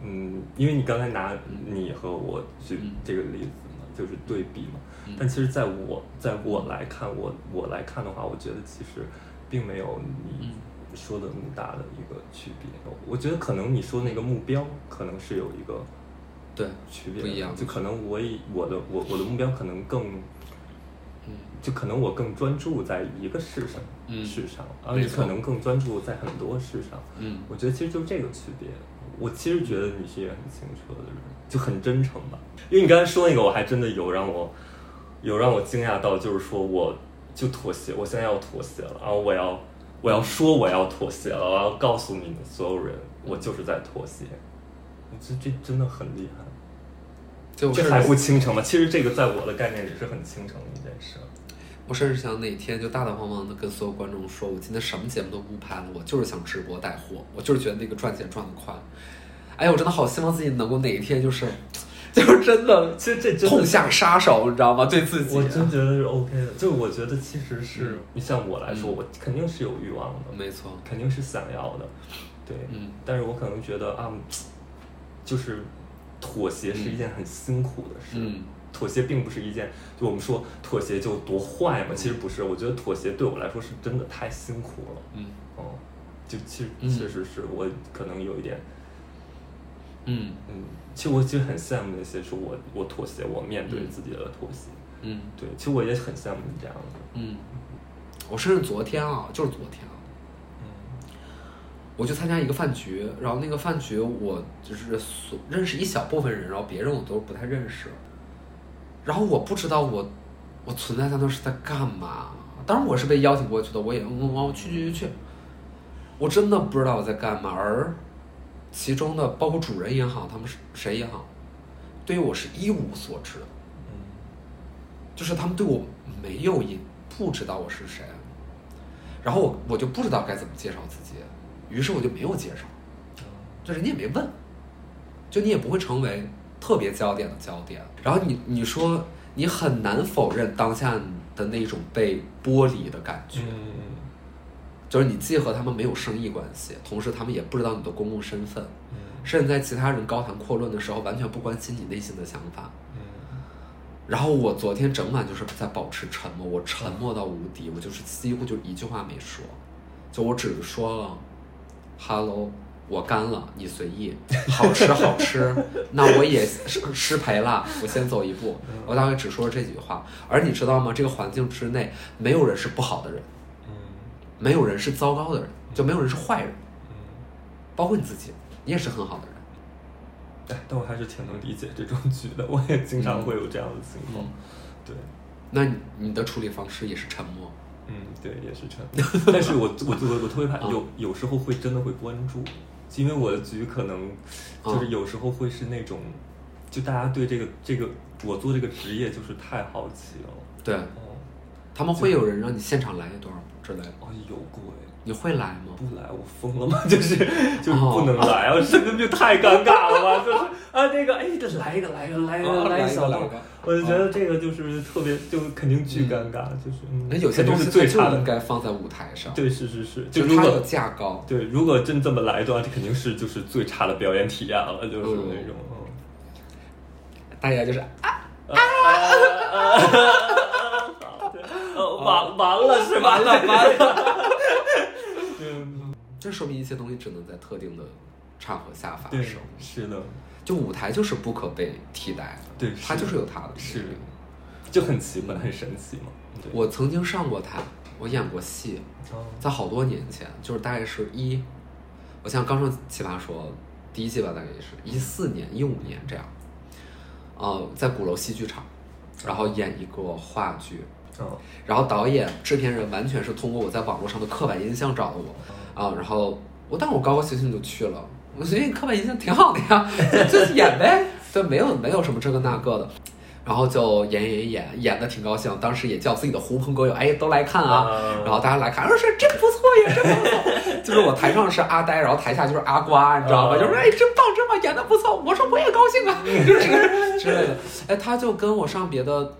S2: 嗯，因为你刚才拿你和我举这个例子嘛，就是对比嘛。但其实，在我在我来看，我我来看的话，我觉得其实并没有你说的那么大的一个区别。我觉得可能你说那个目标，可能是有一个
S1: 对，
S2: 区别
S1: 不一样
S2: 就可能我以我的我我的目标可能更，
S1: 嗯，
S2: 就可能我更专注在一个事上，
S1: 嗯
S2: 事上，而
S1: 没
S2: 你
S1: 错
S2: 可能更专注在很多事上。
S1: 嗯
S2: 我觉得其实就是这个区别。我其实觉得你是一个很清澈的人，就很真诚吧。因为你刚才说那个，我还真的有让我有让我惊讶到，就是说我就妥协，我现在要妥协了，然后我要我要说我要妥协了，我要告诉你们所有人，我就是在妥协。我觉得这真的很厉害。
S1: 就
S2: 这还不
S1: 是
S2: 倾城吗？其实这个在我的概念里是很倾城的一件事。
S1: 我甚至想哪天就大大方方的跟所有观众说，我今天什么节目都不拍了，我就是想直播带货，我就是觉得那个赚钱赚得快。哎呀，我真的好希望自己能够哪一天就是， 就是真的
S2: 其实这真
S1: 痛
S2: 的，
S1: 下杀手，你知道吗？对自己，啊
S2: 我真觉得是 OK 的。就我觉得其实是
S1: 嗯
S2: 你像我来说，
S1: 嗯
S2: 我肯定是有欲望的，
S1: 没错，
S2: 肯定是想要的，对。
S1: 嗯
S2: 但是我可能觉得啊，就是妥协是一件很辛苦的事。
S1: 嗯
S2: 妥协并不是一件，就我们说妥协就多坏嘛，
S1: 嗯
S2: 其实不是。我觉得妥协对我来说是真的太辛苦了。
S1: 嗯
S2: 哦，就其实
S1: 嗯
S2: 确实是我可能有一点。
S1: 嗯
S2: 嗯，其实我其实很羡慕那些说我我妥协，我面对
S1: 嗯
S2: 自己的妥协。
S1: 嗯。
S2: 对，其实我也很羡慕你这样的。
S1: 嗯，我甚至昨天啊，就是昨天啊，我去参加一个饭局，然后那个饭局我就是所认识一小部分人，然后别人我都不太认识，然后我不知道我我存在在那是在干嘛。当然我是被邀请过去的，我也嗯嗯嗯去去去去，我真的不知道我在干嘛。而其中的包括主人也好，他们是谁也好，对于我是一无所知的。就是他们对我没有也不知道我是谁，啊然后我我就不知道该怎么介绍自己，于是我就没有介绍，就人家也没问，就你也不会成为特别焦点的焦点。然后你你说你很难否认当下的那种被剥离的感觉，
S2: 嗯
S1: 就是你既和他们没有生意关系，同时他们也不知道你的公共身份，
S2: 嗯
S1: 甚至在其他人高谈阔论的时候，完全不关心你内心的想法。
S2: 嗯
S1: 然后我昨天整晚就是在保持沉默，我沉默到无敌，我就是几乎就一句话没说，就我只说了 “hello”，我干了，你随意，好吃好吃，那我也失失陪了，我先走一步，我大概只说了这几句话。而你知道吗？这个环境之内，没有人是不好的人，
S2: 嗯
S1: 没有人是糟糕的人，就没有人是坏人，包括你自己，你也是很好的人。
S2: 哎，但我还是挺能理解这种局的，我也经常会有这样的情况。
S1: 嗯
S2: 对，
S1: 那你你的处理方式也是沉默，
S2: 嗯，对，也是这样。 啊但是我我我我特别怕，有有时候会真的会关注，因为我的局可能就是有时候会是那种，就大家对这个这个我做这个职业就是太好奇了。
S1: 对，
S2: 哦，
S1: 他们会有人让你现场来一段儿之类的，
S2: 哎有鬼！
S1: 你会来吗？
S2: 不来，我疯了吗？ 就是就是
S1: 哦
S2: 不能来啊，这个就太尴尬了吧？就是啊，那个哎，这来一个，来一个，来
S1: 啊
S2: 一个，
S1: 来一
S2: 一
S1: 个
S2: 小
S1: 来一
S2: 段
S1: 个，哦
S2: 我就觉得这个就是特别，就肯定巨尴尬，就是嗯
S1: 那有些
S2: 肯
S1: 东西
S2: 定是最
S1: 它
S2: 差
S1: 就
S2: 的
S1: 应。该放在舞台上，
S2: 对，是是是，
S1: 就
S2: 如
S1: 它有
S2: 果
S1: 价高，
S2: 对如果真这么来的话，这肯定是就是最差的表演体验了，就是
S1: 嗯
S2: 那种。嗯
S1: 大家就是啊
S2: 呃，完完了是吧？
S1: 了哦完了，
S2: 嗯，
S1: 这说明一些东西只能在特定的场合下发
S2: 对
S1: 生，，
S2: 是的，
S1: 就舞台就是不可被替代的，
S2: 对
S1: 它
S2: 是
S1: 就是有它的
S2: 是
S1: 魅力
S2: 就很奇怪，很神奇嘛。对，
S1: 我曾经上过台，我演过戏，
S2: 哦
S1: 在好多年前，就是大概是一，我想刚上《奇葩说》第一季吧，大概也是一四年、一五年这样，呃，在鼓楼戏剧场，然后演一个话剧，
S2: 哦，
S1: 然后导演、制片人完全是通过我在网络上的刻板印象找的我，啊，然后我，但我高高兴兴就去了，我觉得刻板印象挺好的呀， 就是演呗，对，没有没有什么这个那个的，然后就演演演演的挺高兴，当时也叫自己的狐朋狗友，哎，都来看啊，
S2: 啊
S1: 然后大家来看，说是真不错呀，真不错， 就是我台上是阿呆，然后台下就是阿瓜，你知道吧？
S2: 啊
S1: 就是哎，真棒，真棒，演的不错，我说我也高兴啊，就是之类的，哎，他就跟我上别的。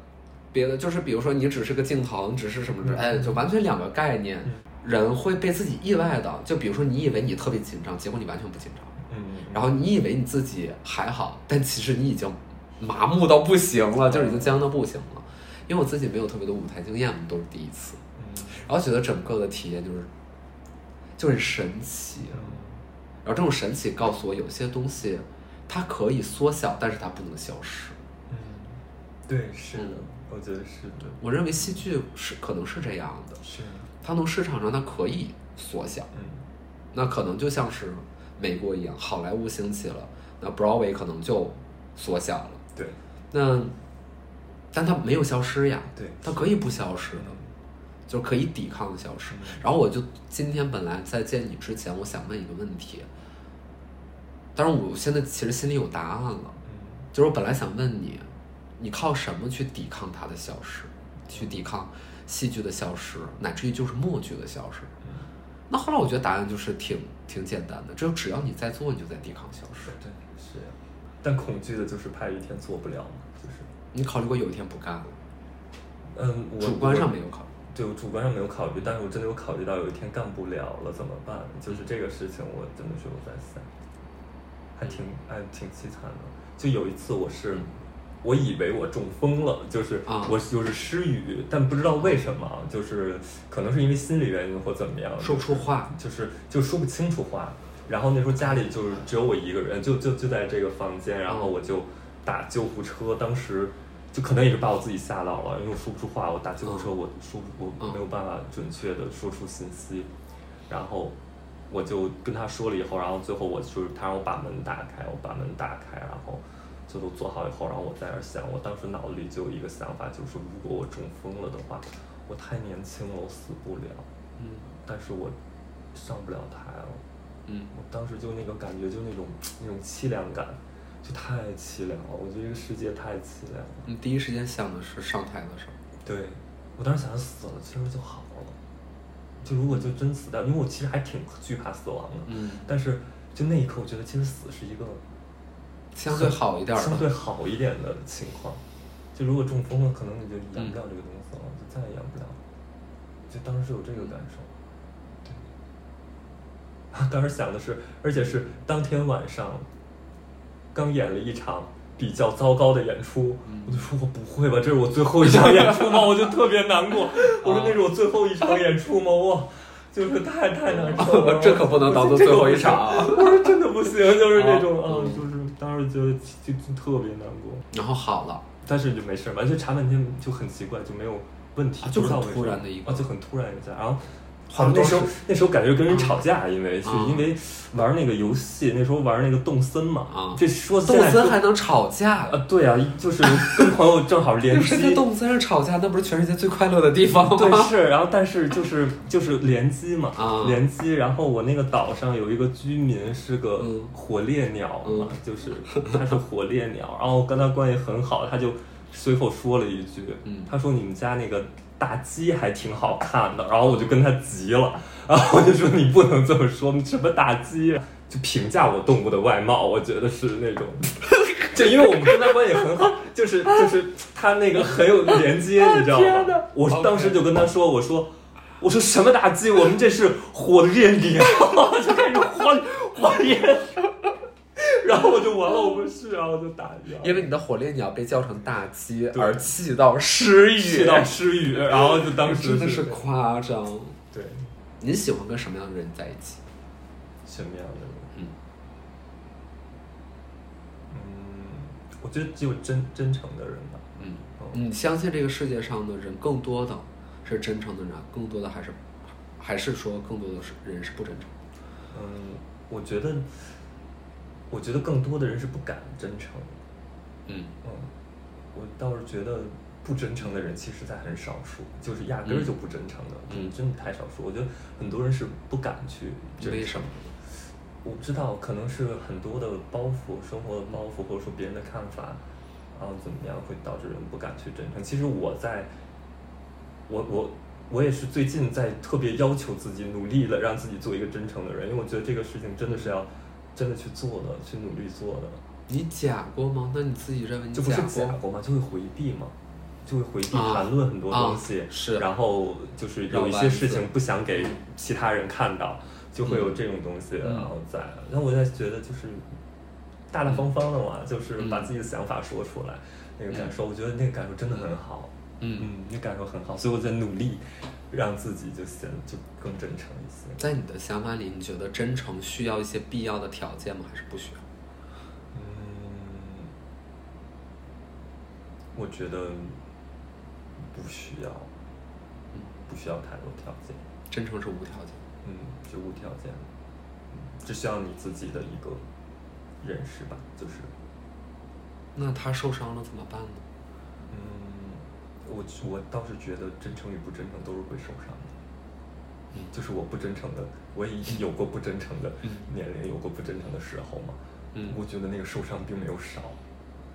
S1: 别的就是，比如说你只是个镜头，你只是什么之，哎，就完全两个概念。人会被自己意外的，就比如说你以为你特别紧张，结果你完全不紧张，
S2: 嗯，
S1: 然后你以为你自己还好，但其实你已经麻木到不行了，就是已经僵到不行了。因为我自己没有特别多舞台经验，我们都是第一次，
S2: 嗯
S1: 然后觉得整个的体验就是就很神奇，啊然后这种神奇告诉我，有些东西它可以缩小，但是它不能消失。
S2: 嗯，对，是的
S1: 嗯，
S2: 我觉得是的，
S1: 我认为戏剧是可能是这样的，
S2: 是，啊
S1: 它从市场上它可以缩小，
S2: 嗯，
S1: 那可能就像是美国一样，好莱坞兴起了，那 Broadway 可能就缩小了，
S2: 对，
S1: 那但它没有消失呀，
S2: 对，
S1: 它可以不消失的，就是可以抵抗的消失。然后我就今天本来在见你之前，我想问一个问题，但是我现在其实心里有答案了，
S2: 嗯，
S1: 就是我本来想问你，你靠什么去抵抗它的消失，去抵抗戏剧的消失，乃至于就是默剧的消失？那后来我觉得答案就是挺挺简单的，就只要你在做，你就在抵抗消失。
S2: 对，是呀，但恐惧的就是怕有一天做不了嘛，就是，
S1: 你考虑过有一天不干了？
S2: 嗯，我
S1: 主观
S2: 我
S1: 上没有考虑。
S2: 对我主观上没有考虑，但是我真的有考虑到有一天干不了了怎么办？就是这个事情，我真的是有在想，还挺
S1: 嗯
S2: 还挺凄惨的。就有一次我是，我以为我中风了，就是
S1: 啊
S2: 我就是失语，但不知道为什么，啊就是可能是因为心理原因或怎么样，
S1: 说不出话，
S2: 就是就说不清楚话。然后那时候家里就是只有我一个人，就就就在这个房间，然后我就打救护车，当时。就可能也是把我自己吓到了，因为我说不出话，我打救护车，
S1: 嗯
S2: 我说不我
S1: 嗯
S2: 没有办法准确的说出信息，然后我就跟他说了以后，然后最后我就是他让我把门打开，我把门打开，然后最后做好以后，然后我在那儿想，我当时脑子里就有一个想法，就是如果我中风了的话，我太年轻了，我死不了，
S1: 嗯
S2: 但是我上不了台了。
S1: 嗯，
S2: 我当时就那个感觉，就那种那种凄凉感，就太凄凉了。我觉得这个世界太凄凉了。
S1: 你第一时间想的是上台的事儿。
S2: 对，我当时想死了，其实就好了。就如果就真死掉，因为我其实还挺惧怕死亡的。
S1: 嗯
S2: 但是就那一刻，我觉得其实死是一个
S1: 相对好一点儿
S2: 相对
S1: 的。，
S2: 好一点的情况。就如果中风了，可能你就养不了这个东西了，就再也养不了。就当时有这个感受。对。 当时想的是，而且是当天晚上，刚演了一场比较糟糕的演出，我就说我不会吧，这是我最后一场演出吗？我就特别难过，我说那是我最后一场演出吗？哇，就是太太难受了
S1: 啊这可不能当做最后一场
S2: 我说这个不行我说真的不行，就是那种
S1: 啊
S2: 啊，就是当时觉得就就特别难过，
S1: 然后好了，
S2: 但是就没事儿嘛，就查半天就很奇怪，就没有问题
S1: 啊，就
S2: 不知道
S1: 很
S2: 为什
S1: 突然
S2: 么
S1: 的一个
S2: 啊，就很突然一下，然后。
S1: 花了
S2: 那
S1: 多
S2: 时候
S1: 少时
S2: 那时候感觉跟人吵架，因为是
S1: 啊
S2: 因为玩那个游戏，那时候玩那个动森嘛，
S1: 啊
S2: 这说
S1: 动森还
S2: 啊，
S1: 能吵架？
S2: 对啊，就是跟朋友正好联
S1: 就
S2: 机，
S1: 是在动森上吵架，那不是全世界最快乐的地方吗？
S2: 对，是，然后但是就是就是联机嘛，
S1: 啊
S2: 联机。然后我那个岛上有一个居民是个
S1: 嗯
S2: 火烈鸟嘛，
S1: 嗯
S2: 就是他是火烈鸟，然后我跟他关系很好，他就随口说了一句，
S1: 嗯
S2: 他说你们家那个大鸡还挺好看的，然后我就跟他急了，然后我就说你不能这么说，什么大鸡啊，就评价我动物的外貌，我觉得是那种。就因为我们跟他关系很好，就是就是他那个很有连接，你知道吗？我当时就跟他说，我说我说什么打击？我们这是火烈鸟，就开始火火烈，然后我就完了，我不是，然后我就打掉，
S1: 因为你的火烈鸟被叫成大鸡
S2: 对
S1: 而气到失语，
S2: 气到失语，然后就当时
S1: 真的是夸张。
S2: 对
S1: 你喜欢跟什么样的人在一起？
S2: 什么样的人？
S1: 嗯
S2: 嗯，我觉得只有真真诚的人吧。
S1: 嗯，
S2: 嗯，
S1: 你相信这个世界上的人更多的是真诚的人，啊更多的还是还是说更多的是人是不真诚的？
S2: 嗯，我觉得，我觉得更多的人是不敢真诚。
S1: 嗯
S2: 嗯，我倒是觉得不真诚的人，其实在很少数，就是压根儿就不真诚的，
S1: 嗯
S2: 真的太少数。我觉得很多人是不敢去真
S1: 为
S2: 诚
S1: 什么？
S2: 我不知道，可能是很多的包袱，生活的包袱，或者说别人的看法，然后怎么样会导致人不敢去真诚。其实我在，我我我也是最近在特别要求自己，努力的让自己做一个真诚的人，因为我觉得这个事情真的是要真的去做的，去努力做的。
S1: 你假过吗？那你自己认为你
S2: 就不是
S1: 过
S2: 假
S1: 吗？
S2: 过嘛，就会回避嘛，就会回避
S1: 啊
S2: 谈论很多东西，
S1: 啊是
S2: 然后就是有一些事情不想给其他人看到，就会有
S1: 嗯
S2: 这种东西，然后在，那我在觉得就是大大
S1: 嗯
S2: 方方的嘛，就是把自己的想法说出来，那个感受，我觉得那个感受真的很好，
S1: 嗯，
S2: 嗯，那感受很好，所以我在努力让自己就显就更真诚一些。
S1: 在你的想法里，你觉得真诚需要一些必要的条件吗？还是不需要？
S2: 嗯，我觉得不需要，不需要太多条件，
S1: 真诚是无条件。
S2: 嗯，是无条件的，嗯只需要你自己的一个认识吧，就是，
S1: 那他受伤了怎么办呢？
S2: 嗯，我我倒是觉得真诚与不真诚都是会受伤的，
S1: 嗯
S2: 就是我不真诚的，我也有过不真诚的年龄，有过不真诚的时候嘛，
S1: 嗯
S2: 我觉得那个受伤并没有少，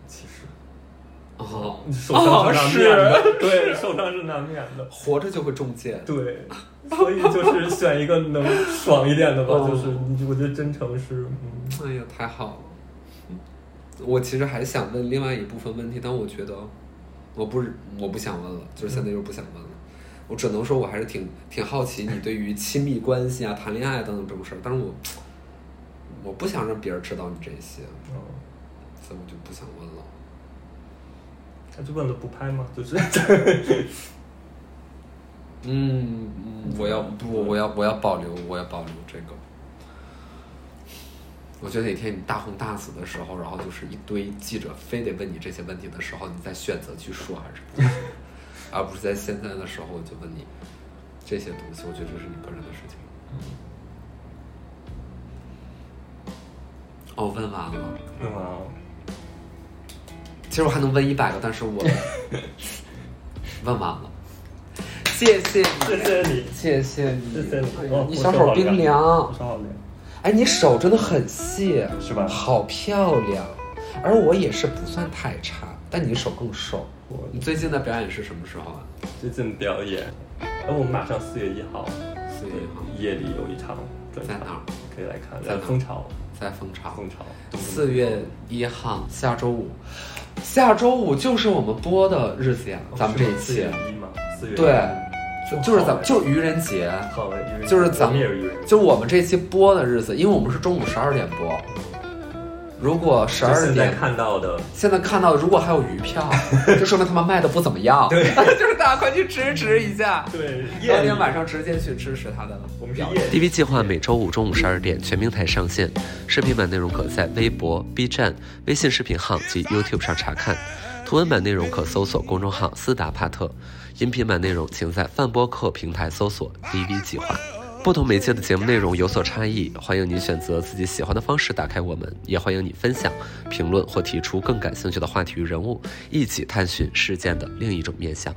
S2: 其实。
S1: 哦，
S2: 受伤是难免的，对，受伤是难免 的，
S1: 活着就会中箭。
S2: 对，所以就是选一个能爽一点的吧，
S1: 哦
S2: 就是你我觉得真诚是，嗯，
S1: 哎呀，太好了！我其实还想问另外一部分问题，但我觉得我不是我不想问了，就是现在又不想问了。我只能说，我还是挺挺好奇你对于亲密关系啊、谈恋爱等等这种事儿，但是我我不想让别人知道你这些，
S2: 哦，
S1: 所以我就不想问了。
S2: 他就问了不拍吗？就是，
S1: 嗯，嗯我要不，我要我要保留，我要保留这个。我觉得哪天你大红大紫的时候，然后就是一堆记者非得问你这些问题的时候，你再选择去说还是不 说，而不是在现在的时候我就问你这些东西。我觉得这是你个人的事情。哦，问完了。嗯
S2: 问完了，
S1: 其实我还能问一百个，但是 我问完了。谢谢你。
S2: 谢谢你，
S1: 谢谢你，
S2: 谢谢你
S1: 哎，呀
S2: 哦
S1: 你小手冰
S2: 我
S1: 凉，
S2: 手好凉，
S1: 哎，你手真的很细，
S2: 是吧
S1: 好漂亮，而我也是不算太差，但你手更瘦。
S2: 我
S1: 你最近的表演是什么时候啊？
S2: 最近表演，哎，我们马上四月一号，
S1: 四月
S2: 对
S1: 一号，
S2: 夜里有一场专
S1: 在哪儿
S2: 场，可以来看，
S1: 在哪
S2: 在
S1: 儿
S2: 蜂巢，
S1: 在蜂巢。
S2: 蜂巢，
S1: 四月一号，下周五，下周五就是我们播的日子呀，咱们这一
S2: 哦四
S1: 期
S2: 月，一嘛，四月一
S1: 对，
S2: 哦
S1: 就是咱
S2: 好
S1: 们
S2: 嘞
S1: 就是愚人节，
S2: 好嘞，愚人
S1: 就是
S2: 节
S1: 咱
S2: 我也是愚
S1: 们
S2: 人节
S1: 就我们这期播的日子，因为我们是中午十二点播，如果十
S2: 就
S1: 二
S2: 现在
S1: 点
S2: 看到的。
S1: 现在看到，如果还有余票，就说明他们卖的不怎么样。对， 就是大家快去支持一下。
S2: 对，
S1: 当天晚上直接去支持他的
S2: 我们是
S1: 表
S2: 夜
S1: 演。DV 计划每周五中午十二点全平台上线，视频版内容可在微博、B 站、微信视频号及 YouTube 上查看，图文版内容可搜索公众号“斯达帕特”，音频版内容请在泛播客平台搜索 “DV 计划”。不同媒介的节目内容有所差异，欢迎你选择自己喜欢的方式打开我们，也欢迎你分享、评论或提出更感兴趣的话题与人物，一起探寻事件的另一种面向。